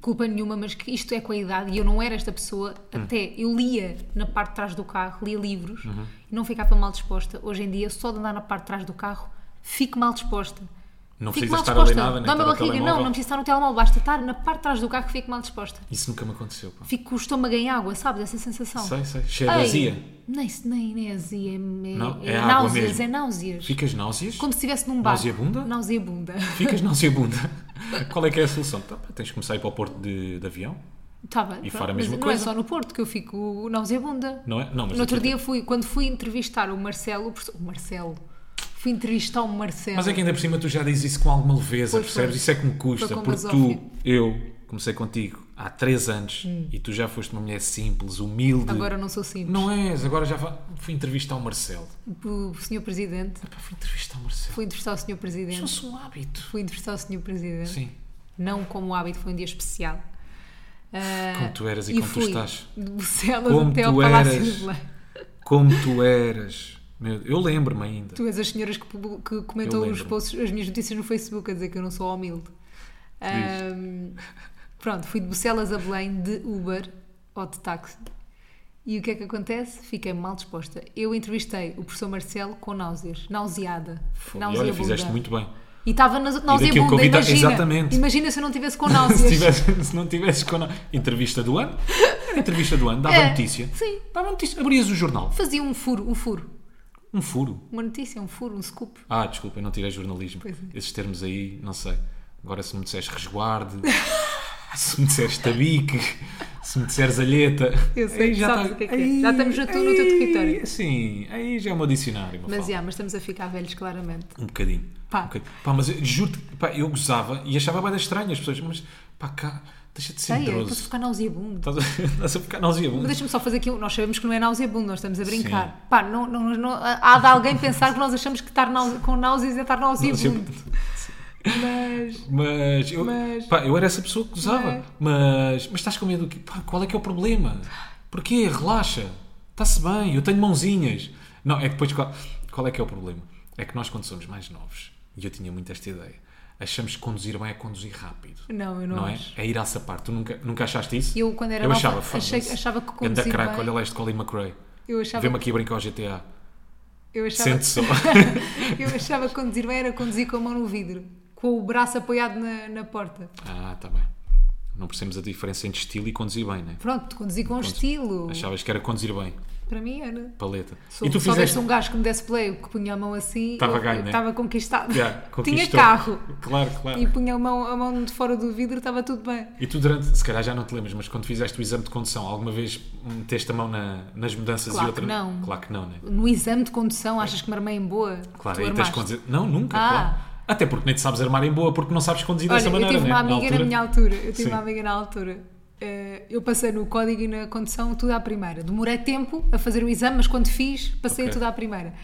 culpa nenhuma, mas que isto é com a idade, e eu não era esta pessoa, Hum. até eu lia na parte de trás do carro, lia livros, Uhum. e não ficava mal disposta. Hoje em dia, só de andar na parte de trás do carro, fico mal disposta. Não Fico precisa mal estar disposta. ali nada, nem Dói-me estar a no barriga, não, telemóvel. não precisa estar no telemóvel, basta estar na parte de trás do carro que fico mal disposta. Isso nunca me aconteceu. Pá. Fico, estou-me a ganhar água, sabes? Essa sensação. Sei, sei. Cheia de Ei, azia. Nem, nem, nem é azia, é, é, Não, é é água náuseas, mesmo. é náuseas. Ficas náuseas? Como se estivesse num bar. Nauseabunda? Nauseabunda. Ficas nauseabunda. Qual é que é a solução? Tá, pá, tens de começar a ir para o porto de, de avião, Tá bem, E pronto, fora a mas mesma não coisa. é só no Porto que eu fico nauseabunda. não é? Não, mas No outro aqui- dia fui, quando fui entrevistar o Marcelo, o professor- o Marcelo, fui entrevistar o Marcelo. Mas é que ainda por cima tu já dizes isso com alguma leveza, Pois foi. percebes? Isso é que me Foi custa, com porque basófia. tu, eu, comecei contigo há 3 anos e tu já foste uma mulher simples, humilde. Hum. Agora não sou simples. Não é- és, agora já fa- fui entrevistar o Marcelo. O senhor Presidente. Pá, fui entrevistar o Marcelo. Fui entrevistar o senhor Presidente. Sou-se um hábito. Fui entrevistar o senhor Presidente. Sim. Não como hábito, foi um dia especial. Ah, Como tu eras e como tu fui estás. De Bucelas Como até ao tu Palácio eras. de Belém. Como tu eras. Meu, eu lembro-me ainda. Tu és as senhoras que, publi- que comentam Eu os lembro-me. posts, as minhas notícias no Facebook a dizer que eu não sou humilde. Ahm, pronto, fui de Bucelas a Belém de Uber ou de táxi. E o que é que acontece? Fiquei mal disposta. Eu entrevistei o professor Marcelo com náuseas, nauseada. e olha, fizeste nauseabunda. muito bem. E estava na náusea daquilo que eu vi, tá- imagina. exatamente. Imagina se eu não tivesse com Se, náuseas. tivesse- se não tivesses com a entrevista do ano, era entrevista do ano, dava É, notícia. Sim, Dava notícia. Abrias o jornal. fazia um furo, um furo. Um furo. Uma notícia, um furo, um scoop. Ah, desculpa, eu não tirei jornalismo. Pois é. Esses termos aí, não sei. Agora, se me disseres resguarde, se me disseres tabique, se me disseres alheta. Eu sei aí tá- que sabes o que é que é. aí- Já estamos no teu- no teu aí- território. Sim, aí já é o meu dicionário. Mas, Mafalda. já, mas estamos a ficar velhos, claramente. Um bocadinho. Pá. Um bocadinho. Pá, mas eu juro pá, eu gozava e achava bem estranho as pessoas, mas pá, cá, deixa de ser Sei, eu posso medroso. ficar nauseabundo. Estás a- Estás a ficar nauseabundo. Mas Deixa-me só fazer aqui um. Nós sabemos que não é nauseabundo, nós estamos a brincar. Pá, não, não- não- há de alguém pensar que nós achamos que estar nause, com náuseas é estar nauseabundo. Mas. Mas eu, Mas- É. pá, eu era essa pessoa que gozava. Mas, mas estás com medo do quê? Pá, qual é que é o problema? Porquê? Relaxa. Está-se bem, eu tenho mãozinhas. Não, é que depois qual, qual é que é o problema? É que nós quando somos mais novos, e eu tinha muito esta ideia, achamos que conduzir bem é conduzir rápido. Não, eu não, Não é? acho. É ir à parte. Tu nunca, nunca achaste isso? Eu, quando era eu nova, achava, achei- foda-se. achava que Ganda conduzir craque, bem- olha lá este Colin McRae. Eu achava, Vê-me aqui a brincar ao GTA. eu, achava, Sente só. eu achava que conduzir bem era conduzir com a mão no vidro, com o braço apoiado na, na porta. ah, está bem. Não percebemos a diferença entre estilo e conduzir bem, né? Pronto, conduzir com um estilo. Achavas que era conduzir bem. Para mim era. paleta. Se, e tu se houvesse fizeste. um gajo que me desse play, que punha a mão assim, Tava eu- ganho, eu né? estava conquistado. Yeah, um- Tinha conquistou. carro Claro, claro. e E... punha a mão, a mão de fora do vidro, estava tudo bem. tu durante, se calhar já não te lembras, mas quando fizeste o exame de condução, alguma vez meteste a mão na- nas mudanças e Claro outra. que não. Claro que não, né? No exame de condução, achas que me armei em boa? Claro, Tu aí tens armaste. de conduzir. Não, nunca, Ah. claro. Até porque nem te sabes armar em boa, porque não sabes conduzir Olha, dessa maneira. eu tive uma né? Na amiga na, altura. minha altura. Eu tive Sim. uma amiga na altura. Eh, Eu passei no código e na condução tudo à primeira. Demorei tempo a fazer o exame, mas quando fiz, passei Ok. tudo à primeira.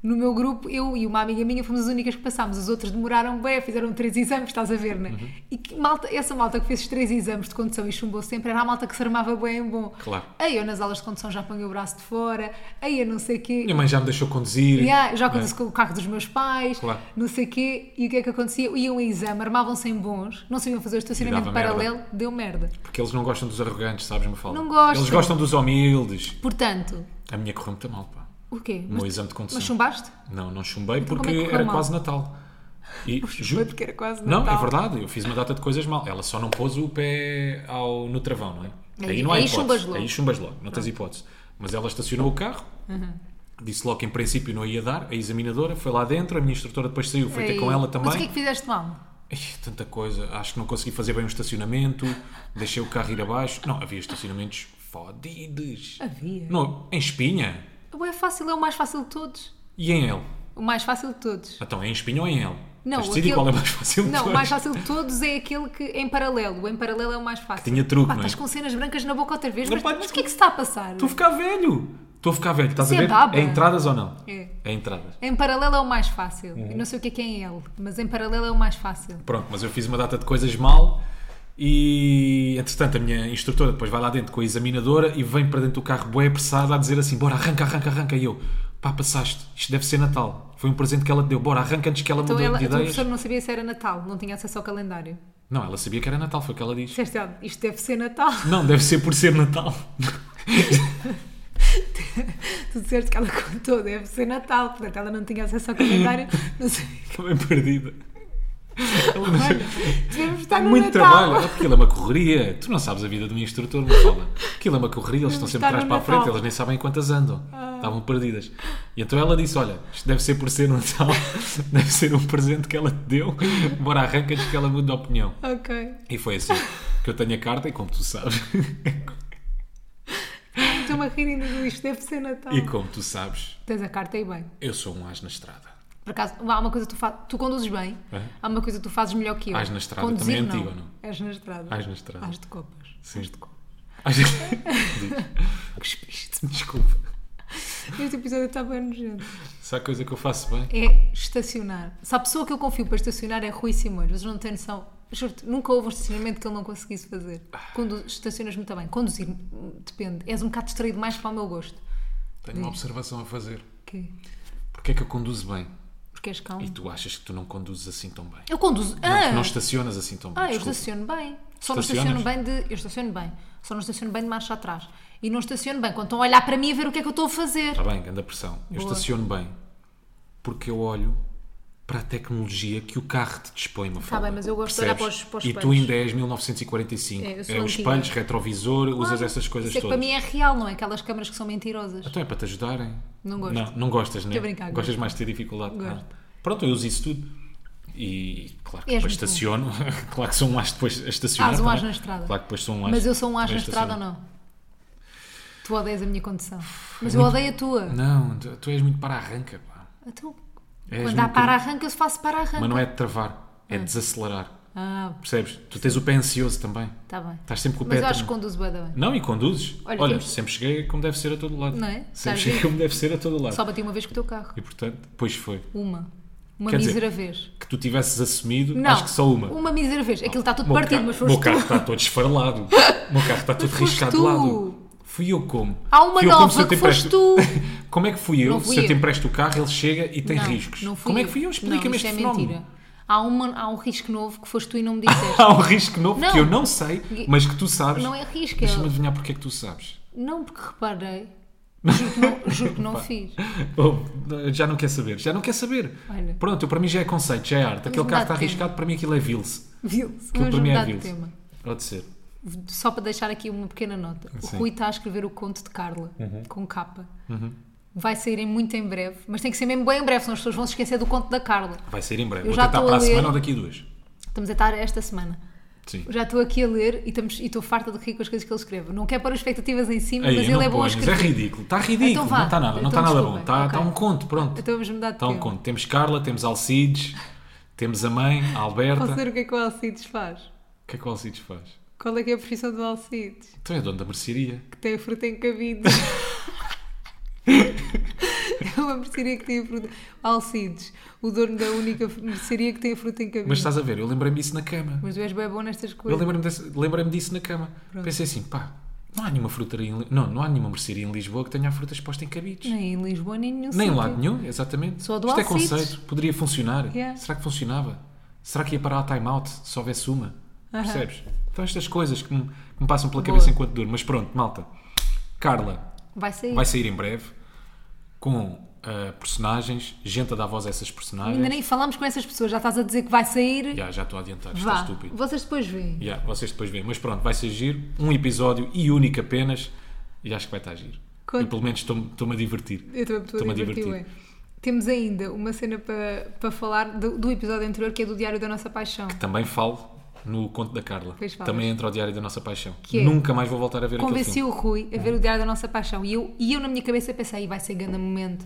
No meu grupo, eu e uma amiga minha fomos as únicas que passámos. Os outros demoraram bem, fizeram três exames, estás a ver, né? Uhum. E que malta, essa malta que fez os três exames de condução e chumbou sempre era a malta que se armava bem em bom. Claro. Aí eu nas aulas de condução já ponho o braço de fora, aí eu não sei o quê. Minha mãe já me deixou conduzir. Yeah, ah, já né? aconteceu com o carro dos meus pais, Claro. não sei o quê, e o que é que acontecia? Iam a exame, armavam-se em bons, não sabiam fazer o estacionamento E dava paralelo, deu merda. Porque eles não gostam dos arrogantes, sabes, me fala. Não gostam. Eles gostam dos humildes. Portanto, A minha correu muito mal, pá. o quê? O meu exame de condução. mas chumbaste? Não, não chumbei porque como é que correu era mal? quase Natal. E Foi juro, porque era quase Não, Natal. é verdade, eu fiz uma data de coisas mal. Ela só não pôs o pé ao, no travão, não é? Aí- Aí, não há aí hipótese. chumbas logo. Ah. Aí chumbas logo, não tens hipótese. Mas ela estacionou o carro, Uhum. disse logo que em princípio não ia dar. A examinadora foi lá dentro, a minha instrutora depois saiu, foi ter Ei, com ela Mas o que é também. que fizeste mal? Ai, tanta coisa, acho que não consegui fazer bem o estacionamento, deixei o carro ir abaixo. Não, havia estacionamentos fodidos. Havia. Não, em Espinha O é fácil, é o mais fácil de todos. e em L. O mais fácil de todos. Então, é em Espinha ou em L? Não, Tens de decidir aquele- qual é mais fácil de Não, o todos. mais fácil de todos é aquele que em paralelo. O em paralelo é o mais fácil. Tinha truque, Pá, não é? estás com cenas brancas na boca outra vez, Não mas, pá, mas o que é que se está a passar? Estou a ficar velho. Estou a ficar velho. Estás Isso a é ver? baba. É entradas ou não? É. entradas. Em paralelo é o mais fácil. Uhum. Eu não sei o que é que é em L, mas em paralelo é o mais fácil. Pronto, mas eu fiz uma data de coisas mal e, entretanto, a minha instrutora depois vai lá dentro com a examinadora e vem para dentro do carro bué apressada a dizer assim, bora, arranca, arranca, arranca. E eu, pá, passaste. Isto deve ser Natal. Foi um presente que ela te deu. Bora, arranca antes que ela Então mudou ela, a de tua ideias. professora não sabia se era Natal, não tinha acesso ao calendário. Não, ela sabia que era Natal, foi o que ela disse. Disseste, "Ah, isto deve ser Natal. Não, deve ser por ser Natal. Tu disseste que ela contou, deve ser Natal. Portanto, ela não tinha acesso ao calendário, não sabia. Fica bem perdida. Ela não Olha, devemos estar Tá no muito Natal. trabalho. Aquilo é uma correria. Tu não sabes a vida de um instrutor, me fala. Aquilo é uma correria, eles estão Devemos sempre estar atrás tá no para a Natal. Ah. frente, eles nem sabem quantas andam. Estavam perdidas. E então ela disse: Olha, isto deve ser por ser Natal, deve ser um presente que ela te deu. Bora, arranca-te que ela muda de opinião. Ok. E foi assim que eu tenho a carta, e como tu sabes, Estou-me a rir ainda do isto, deve ser Natal. e como tu sabes, Tens a carta e bem. eu sou um as na estrada. Por acaso, há uma coisa que tu fazes. Tu conduzes bem, É. há uma coisa que tu fazes melhor que eu. Ás na estrada, Conduzir, também é não. antigo, não? És na estrada. Ás na estrada. Ás de copas. Sim. Ás de copas. Às vezes- Diz. Desculpa. Este episódio está bem nojento. Se há coisa que eu faço bem, É estacionar. Se a pessoa que eu confio para estacionar é Rui Simões, vocês não têm noção. Juro-te, nunca houve um estacionamento que ele não conseguisse fazer. Condu estacionas muito bem. Conduzir, hum, depende. És um bocado distraído mais para o meu gosto. tenho uma observação a fazer. Que? Porque é que eu conduzo bem? Porque és calmo. E tu achas que tu não conduzes assim tão bem? Eu conduzo. Não, Ah! que não estacionas assim tão bem. Ah, eu desculpa. estaciono bem. Só não Estacionas? estaciono bem de. Eu estaciono bem. Só não estaciono bem de marcha atrás. E não estaciono bem quando estão a olhar para mim a ver o que é que eu estou a fazer. Está Tá bem, grande pressão. Eu Boa. estaciono bem porque eu olho para a tecnologia que o carro te dispõe, uma Tá bem, mas eu gosto de olhar para os- para os E tu espelhos. ainda és 1945. É, eu sou É, os antiga. espelhos, retrovisor, usas Claro. essas coisas Isso é que todas. para mim é real, não é? Aquelas câmaras que são mentirosas. Então é para te ajudarem. Não gosto. Não, não gostas, né? Estou a brincar, Gostas gosto. mais de ter dificuldade. Gosto. Ah. Pronto, eu uso isso tudo. E claro que depois És muito bom. estaciono. claro que sou um as depois a estacionar. Ah, um as também. na estrada. Claro que depois sou um as. Mas eu sou um as na também a estrada ou estacionar. não? Tu odeias a minha condição. Mas eu odeio a tua. Não, tu, tu és muito para arranca. Pá. Então, És quando há muito- para-arranca, eu faço para-arranca. Mas não é de travar, é de desacelerar. Ah, Percebes? Tu tens o pé ansioso também. está bem. Estás sempre com o pé Mas eu acho que atrás. conduzo bué da bem. Não, e conduzes. Olha, Olha, temos- sempre cheguei como deve ser a todo lado. Não é? Sempre Sabes cheguei isso? como deve ser a todo lado. Só bati uma vez com o teu carro. E portanto, depois foi. Uma. Uma Quer dizer, mísera vez. Que tu tivesses assumido, Não. acho que só uma. Uma mísera vez. Aquilo está O tudo meu partido, ca- mas O meu foste carro tu. está todo esfarelado. O meu carro está todo foste riscado de tu. lado. Fui eu como? Há uma Fui eu como nova se eu te que foste empresto- Como é que fui eu Não fui se eu te eu. empresto o carro, ele chega e tem Não, riscos? não fui como é que fui eu? Explica-me Não, este isto é fenómeno. mentira. Há, uma, há um risco novo que foste tu e não me disseste. Há um risco novo Não. que eu não sei, mas que tu sabes. não é risco. Deixa-me É... adivinhar porque é que tu sabes. Não, porque reparei. Juro que não, juro que não fiz. Oh, já não quer saber, já não quer saber. Olha. Pronto, eu, para mim já é conceito, já é arte. Aquele mudar carro de está tema. arriscado, para mim aquilo é Vils. Viu-se. Aquilo Vamos para mim é mudar de Vils. tema. Pode ser. Só para deixar aqui uma pequena nota. O Sim. Uhum. Rui está a escrever o conto de Carla, com capa. Vai sair em muito em breve, mas tem que ser mesmo bem em breve, senão as pessoas vão se esquecer do conto da Carla. Vai ser em breve. Eu Vou já tentar estou para a a ler. semana ou daqui a duas. Estamos a estar esta semana. Sim. Já estou aqui a ler e, estamos, e estou farta de rir com as coisas que ele escreve. Não quero pôr as expectativas em cima, Aí, mas não ele é bom a ponhas, escrever. É ridículo, está ridículo, Então vá, não está nada, não então está nada bom. desculpem, Está ok. está um conto, pronto. Então vamos mudar de Está um tema. conto. Temos Carla, temos Alcides, temos a mãe, a Posso Alberta. dizer o que é que o Alcides faz? O que é que o Alcides faz? Qual é que é a profissão do Alcides? Então é dono da mercearia. Que tem a fruta em cabides. É uma mercearia que tem a fruta. Alcides, o dono da única mercearia que tem a fruta em cabides. Mas estás a ver, eu lembrei-me isso na cama. Mas tu és bem bom nestas Eu coisas. lembrei-me desse- lembrei-me disso na cama. Pensei assim, pá, não há nenhuma frutaria em, Li- não, não há nenhuma mercearia em Lisboa que tenha a fruta exposta em cabides. Nem em Lisboa, nem em nenhum Nem em sítio. lado nenhum, exatamente. Só do Isto é Alcides. conceito, poderia funcionar. Yeah. Será que funcionava? Será que ia parar a time-out se houvesse uma? Percebes? Então estas coisas que me, que me passam pela Boa. cabeça enquanto durmo. Mas pronto, malta. Carla Vai sair. vai sair em breve com ah, personagens, gente a dar voz a essas personagens. Ainda nem falámos com essas pessoas. Já estás a dizer que vai sair. Yeah, já estou a adiantar, estou Vá. estúpido. Vocês depois veem. Yeah, vocês depois veem. Mas pronto, vai ser giro. Um episódio e único apenas. E acho que vai estar giro. Conta. E pelo menos estou- estou-me a divertir. Eu também estou Estou-me a a divertir. divertir. ué. Temos ainda uma cena para, para falar do, do episódio anterior que é do Diário da Nossa Paixão. Também falo no conto da Carla. Pois falas. Também entra ao Diário da Nossa Paixão. Que é? Nunca mais vou voltar a ver aquele Convenci filme. o Rui a ver Uhum. o Diário da Nossa Paixão e eu, e eu na minha cabeça pensei, "Ih, vai ser grande momento,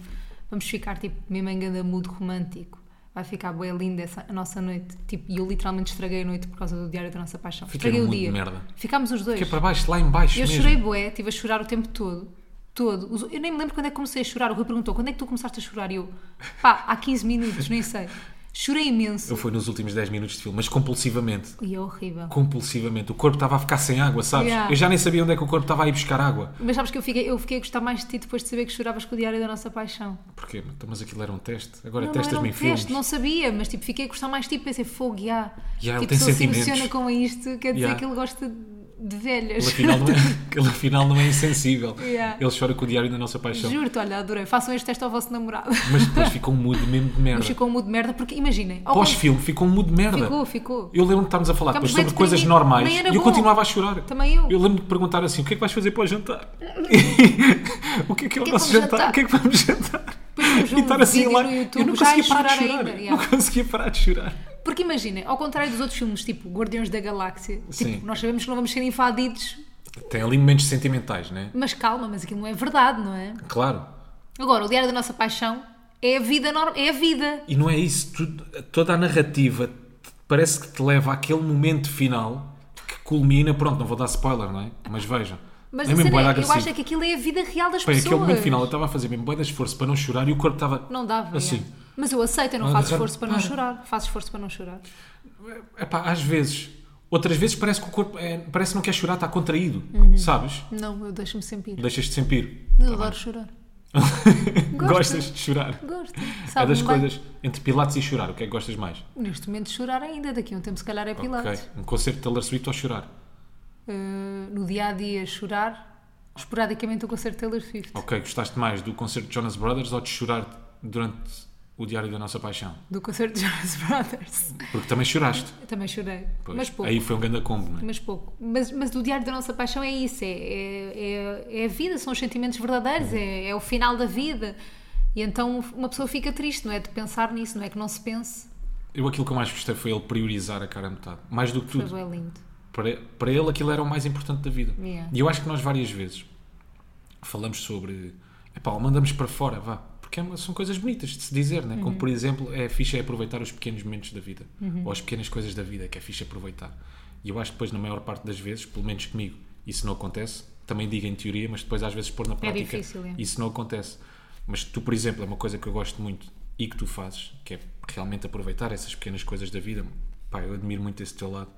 vamos ficar tipo mesmo em grande mood romântico, vai ficar bem linda essa, a nossa noite. Tipo, e eu literalmente estraguei a noite por causa do Diário da Nossa Paixão. Fiquei estraguei muito o dia. de merda. Ficámos os dois. Que é para baixo, lá em baixo Eu mesmo. chorei boé, estive a chorar o tempo todo. Todo. Os- Eu nem me lembro quando é que comecei a chorar. O Rui perguntou quando é que tu começaste a chorar? E eu, pá, há 15 minutos, nem sei. Chorei imenso. Eu fui nos últimos 10 minutos de filme, mas compulsivamente. E é horrível. Compulsivamente. O corpo estava a ficar sem água, sabes? Yeah. Eu já nem sabia onde é que o corpo estava a ir buscar água. Mas sabes que eu fiquei, eu fiquei a gostar mais de ti depois de saber que choravas com o Diário da Nossa Paixão. Porquê? Então, Mas aquilo era um teste. Agora Não, não era testas-me um em filmes. teste, não sabia, mas tipo, fiquei a gostar mais de ti, pensei, fogo, já. Ya, ele tipo, tem se ele se sentimentos. emociona com isto, quer dizer Ya. que ele gosta de Ele velhas. afinal não é, ele afinal não é insensível. Yeah. Ele chora com o diário da nossa paixão. Juro-te, olha, adorei. Façam este teste ao vosso namorado. Mas depois ficou um mood mesmo de Mas merda. ficou um mood de merda, porque imaginem. ao quando- Pós-filme ficou um mood de merda. Ficou, ficou. Eu lembro-me de estarmos a falar Ficámos depois bem sobre coisas deprimidos. normais Nem era e eu bom. continuava a chorar. Também eu. Eu lembro-me de perguntar assim: o que é que vais fazer para o jantar? o que é que é o, que nosso vamos jantar? jantar? O que é que vamos jantar? vimos E um estar assim vídeo lá. no YouTube, eu não já conseguia a parar de chorar chorar. ainda, Não yeah. conseguia parar de chorar. Porque imaginem, ao contrário dos outros filmes, tipo Guardiões da Galáxia, Sim. tipo, nós sabemos que não vamos ser invadidos, Tem ali momentos sentimentais, né? mas calma, mas aquilo não é verdade, não é? Claro. Agora, o Diário da Nossa Paixão É a vida normal. É a vida. E não é isso. Tu- toda a narrativa te- parece que te leva àquele momento final que culmina. Pronto, não vou dar spoiler, não é? Mas vejam. Mas é a cena bué é, de eu agressivo. acho é que aquilo é a vida real das Bem, aquele pessoas. momento final eu estava a fazer mesmo bem de esforço para não chorar e o corpo estava. Não dava. Assim. é. Mas eu aceito, eu não Ah, faço já- esforço para não para. chorar. Faço esforço para não chorar. Epá, às vezes. Outras vezes parece que o corpo é- parece que não quer chorar, está contraído, Uhum. sabes? Não, eu deixo-me sempre ir. Deixas-te sempre ir. Eu adoro chorar. Gosto. Gostas de chorar. Gosto. é Sabe-me das bem. coisas entre Pilates e chorar. O que é que gostas mais? Neste momento chorar ainda, daqui a um tempo se calhar é pilates. Ok. Um concerto de Taylor Swift ou chorar? Eh, no dia a dia chorar, esporadicamente o concerto de Taylor Swift. Ok, gostaste mais do concerto de Jonas Brothers ou de chorar durante o Diário da Nossa Paixão? Do concerto de Jonas Brothers. Porque também choraste. Eu também chorei. Pois. Mas pouco. Aí foi um grande combo, não é? Mas pouco. Mas, mas do Diário da Nossa Paixão é isso, é, é, é- é a vida, são os sentimentos verdadeiros, é, é o final da vida. E então uma pessoa fica triste, não é? De pensar nisso, não é que não se pense. Eu aquilo que eu mais gostei foi ele priorizar a cara a metade. Mais do que Mas tudo. é lindo. Para, para ele aquilo era o mais importante da vida. Yeah. E eu acho que nós várias vezes falamos sobre... Epá, o mandamos para fora, vá. Porque é uma- são coisas bonitas de se dizer, né? Uhum. Como, por exemplo, é ficha é aproveitar os pequenos momentos da vida. Ou as pequenas coisas da vida, que é ficha aproveitar. E eu acho que depois, na maior parte das vezes, pelo menos comigo, isso não acontece. Também digo em teoria, mas depois às vezes pôr na prática. difícil, é. Isso não acontece. Mas tu, por exemplo, é uma coisa que eu gosto muito e que tu fazes, que é realmente aproveitar essas pequenas coisas da vida. Pá, eu admiro muito esse teu lado.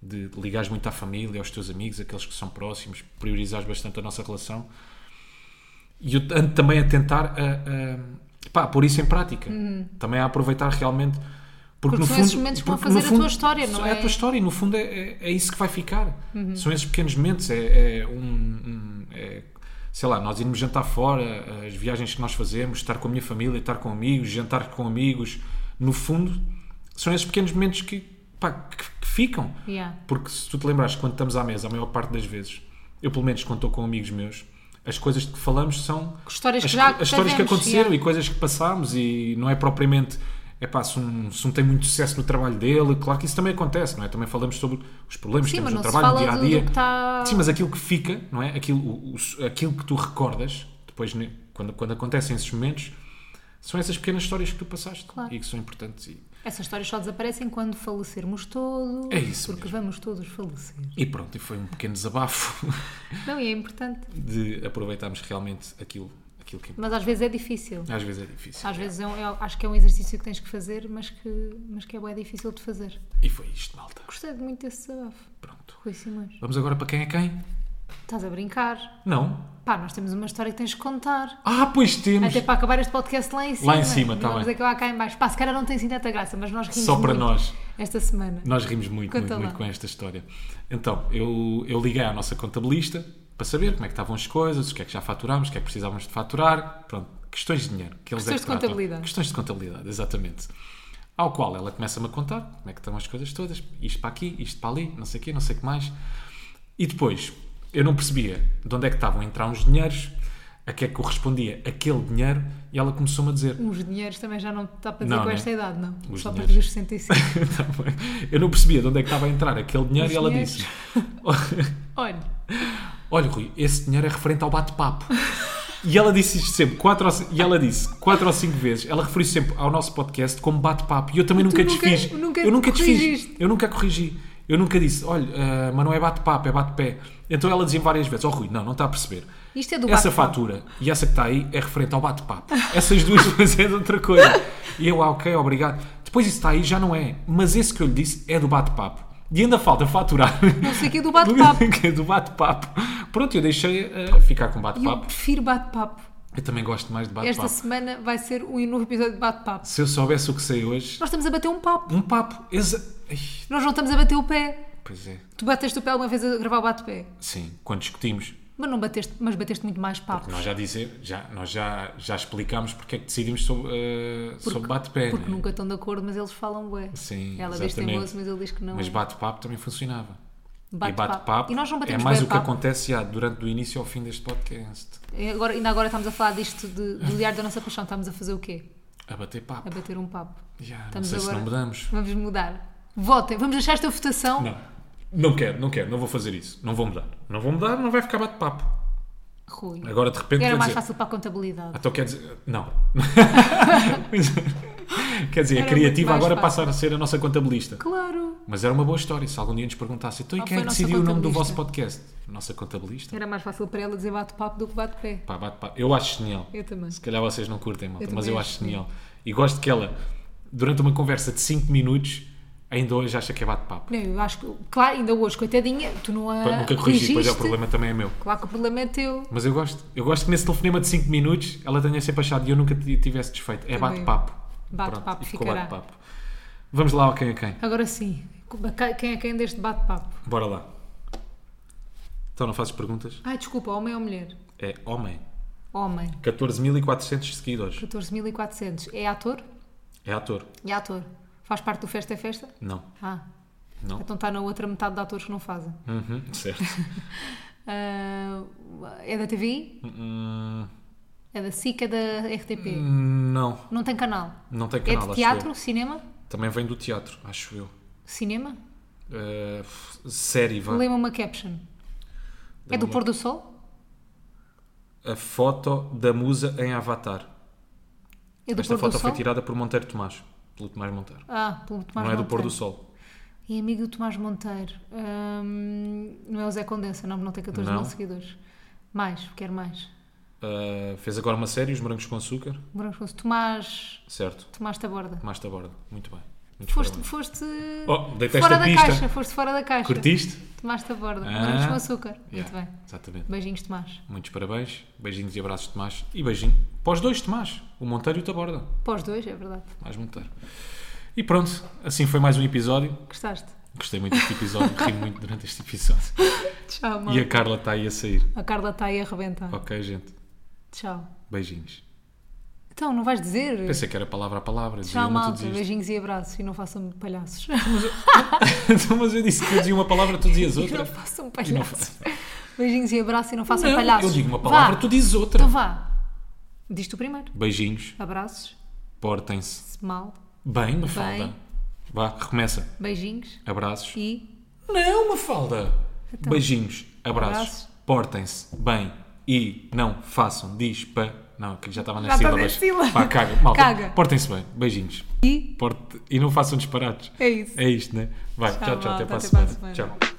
De de ligares muito à família, aos teus amigos, aqueles que são próximos, priorizares bastante a nossa relação. E eu ando também a tentar a, a, pá, pôr isso em prática. Também a aproveitar realmente. Porque, Uhum. Porque no são fundo, esses momentos que vão porque no fazer a tua história, não É a é? Uhum. tua história, no fundo é, é, é isso que vai ficar. São esses pequenos momentos. É, é um. um- é, sei lá, nós irmos jantar fora, as viagens que nós fazemos, estar com a minha família, estar com amigos, jantar com amigos. No fundo, são esses pequenos momentos que, pá, que, que ficam. Yeah. Porque se tu te lembras, quando estamos à mesa, a maior parte das vezes, eu pelo menos quando estou com amigos meus, as coisas de que falamos são Histórias as, que já as histórias que tivemos, aconteceram yeah. e coisas que passámos e não é propriamente é pá, se um, se um tem muito sucesso no trabalho dele, claro que isso também acontece, não é? Também falamos sobre os problemas Sim, que mas temos no não se trabalho, no dia fala a do- dia. do que tá- Sim, mas aquilo que fica, não é? Aquilo, o- o- aquilo que tu recordas, depois né, quando, quando acontecem esses momentos, são essas pequenas histórias que tu passaste Claro. e que são importantes. E, Essas histórias só desaparecem quando falecermos todos. É isso Porque vamos todos falecer. e pronto, e foi um pequeno desabafo Não, e é importante. de aproveitarmos realmente aquilo, aquilo que Mas às vezes é difícil. às vezes é difícil. Às vezes é um- é- acho que é um exercício que tens que fazer, mas que, mas que é bem difícil de fazer. E foi isto, malta. Gostei muito desse desabafo, Pronto. Rui Simões. Vamos agora para quem é quem? Estás a brincar. Não. Pá, nós temos uma história que tens de contar. Ah, pois temos. Até para acabar este podcast lá em cima. em cima, tá Não vamos bem. acabar cá em baixo. Pá, se calhar não tem assim tanta graça, mas nós rimos Só para muito nós. Esta semana. Nós rimos muito, Conta muito, lá. muito com esta história. Então, eu, eu liguei à nossa contabilista para saber como é que estavam as coisas, o que é que já faturámos, o que é que precisávamos de faturar, pronto, questões de dinheiro. Que eles Questões é que de tratam. contabilidade. Questões de contabilidade, exatamente. Ao qual ela começa-me a contar como é que estão as coisas todas, isto para aqui, isto para ali, não sei o quê, não sei o que mais. E depois, eu não percebia de onde é que estavam a entrar uns dinheiros, a que é que correspondia aquele dinheiro, e ela começou-me a dizer, Os dinheiros também já não está para dizer Não, com né? esta idade, não. Os Só dinheiros. para dizer os 65. Tá bem. eu não percebia de onde é que estava a entrar aquele dinheiro Os e ela dinheiros. disse: Olha, Olha, Rui, esse dinheiro é referente ao bate-papo. E ela disse isto sempre, quatro ou, ci- e ela disse quatro ou cinco vezes, ela referiu sempre ao nosso podcast como bate-papo. E eu também E tu nunca nunca- desfiz. nunca eu nunca desfiz. corrigiste. Eu nunca corrigi. Eu nunca disse, olha, ah, mas não é bate-papo, é bate-pé. Então ela dizia várias vezes, ó Rui, não, não está a perceber. isto é do Essa bate-papo. fatura e essa que está aí é referente ao bate-papo. Essas duas coisas é de outra coisa. E eu, ah, ok, obrigado. Depois isso está aí, já não é. Mas esse que eu lhe disse é do bate-papo. E ainda falta faturar. Não sei o que é do bate-papo. Que é do bate-papo. Pronto, eu deixei eh, ficar com E eu bate-papo. prefiro bate-papo. Eu também gosto mais de Esta bate-papo. semana vai ser um novo episódio de bate-papo. Se eu soubesse o que sei hoje, Nós estamos a bater um papo. um papo. Exa... Ai, Nós não estamos a bater o pé. pois é, Tu bateste o pé alguma vez a gravar o bate-pé. sim, quando discutimos. Mas não bateste, mas bateste muito mais papos. Nós já dizer, já, nós já, já explicámos porque é que decidimos sobre, eh, sobre bate-pé. Porque né? nunca estão de acordo, mas eles falam bué. Sim, Ela diz exatamente. teimoso, mas ele diz que não. Mas bate-papo também funcionava. e Bate-papo. bate-papo E nós não é batemos mais bem o que papo. acontece já, durante o início ao fim deste podcast. É, Agora, ainda agora estamos a falar disto de, do diário da nossa paixão. Estamos a fazer o quê? A bater A papo. bater um papo. Já, não Estamos sei se agora- não mudamos. Vamos mudar. Votem. Vamos deixar esta votação. Não, não quero, não quero, não vou fazer isso. Não vou mudar. Não vou mudar, não vai ficar bate-papo. Rui. Agora de repente. Era quer mais dizer, fácil para a contabilidade. Então quer dizer. Não. quer dizer, Era a criativa muito mais agora fácil. passa a ser a nossa contabilista. Claro. Mas era uma boa história se algum dia nos perguntasse então e Ah, quem foi é a que nossa decidiu o nome do contabilista. vosso podcast? Nossa contabilista? Era mais fácil para ela dizer bate-papo do que bate-pé. Pá, bate papo. Eu acho genial. Eu também. Se calhar vocês não curtem, malta, Eu mas também eu acho acho genial. E gosto que ela, durante uma conversa de 5 minutos, ainda hoje acha que é bate-papo. Não, eu acho que, claro, ainda hoje, coitadinha, tu não a. Pá, Nunca corrigi, pois é, o corrigiste. problema também é meu. Claro que o problema é teu. Mas eu gosto. Eu gosto que nesse telefonema de 5 minutos ela tenha sempre achado e eu nunca t- tivesse desfeito. É Também. bate-papo. Bate-papo Pronto, e ficou ficará. bate-papo. Vamos lá ao quem é quem. Agora sim, quem é quem deste bate-papo? Bora lá. Então não fazes perguntas? Ai, desculpa, homem ou mulher? É homem. Homem. 14.400 seguidores. 14.400. É ator? É ator. É ator. Faz parte do Festa é Festa? Não. Ah, Não. então está na outra metade de atores que não fazem. Uhum, certo. Ah, é da TVI? Hum, É da SIC? É da RTP? não. Não tem canal? Não tem É Hum. canal, de acho teatro? Cinema? eu. Também vem do teatro, acho eu. Cinema? Uh, f- série, vá. Lê-me uma caption. É do uma- pôr do sol? A foto da musa em Avatar. É do Esta pôr do foto foi sol? tirada por Monteiro Tomás. Pelo Tomás Monteiro. Ah, pelo Tomás não é do pôr do Monteiro. sol. É amigo do Tomás Monteiro. Hum, não é o Zé Condensa, não, não tem 14 mil Não. seguidores. Mais, quero mais. Uh, fez agora uma série, Os Morangos com Açúcar. Morangos com açúcar. Tomás. Certo. Tomás Taborda. Mais da borda. Muito bem. Muito Foste, parabéns. foste Oh, deitei fora esta da pista. caixa, foste fora da caixa. Curtiste? Tomás Taborda. Ah. Morangos com açúcar. Muito Yeah, bem. Exatamente. Beijinhos, Tomás. Muitos parabéns. Beijinhos e abraços, Tomás. E beijinho. Pós dois, Tomás. O Monteiro e o Taborda. Pós dois, é verdade. Mais Monteiro. E pronto. Assim foi mais um episódio. Gostaste? Gostei muito deste episódio, ri muito durante este episódio. Tchau, E mãe. a Oh. Carla está aí a sair. A Carla está aí a arrebentar. Ok, gente. Tchau. Beijinhos. Então, não vais dizer? Pensei que era palavra a palavra. Dizia Tchau, uma, tu malta. dizias. Beijinhos e abraços. E não façam-me palhaços. Então, Mas eu disse que eu dizia uma palavra, tu dizias E não outra. façam não palhaços. Beijinhos e abraços e não façam Não, palhaços. eu digo uma palavra, é um Vá. tu dizes outra. Então vá. Diz tu primeiro. Beijinhos. Abraços. Portem-se. se Mal. Bem, Mafalda. Bem. Vá, recomeça. Beijinhos. Abraços. E Não, Mafalda. Beijinhos. Abraços. Então, Abraços. Portem-se bem e não façam dispa. Não, que já estava Já nas está sílabas. nas sílabas. Pá, caga. Malta, Caga. portem-se bem. Beijinhos. E? Porte- E não façam disparados. é isso. É isto, né? Vai, tchau, tchau, malta, até para a até para a semana. semana. Tchau.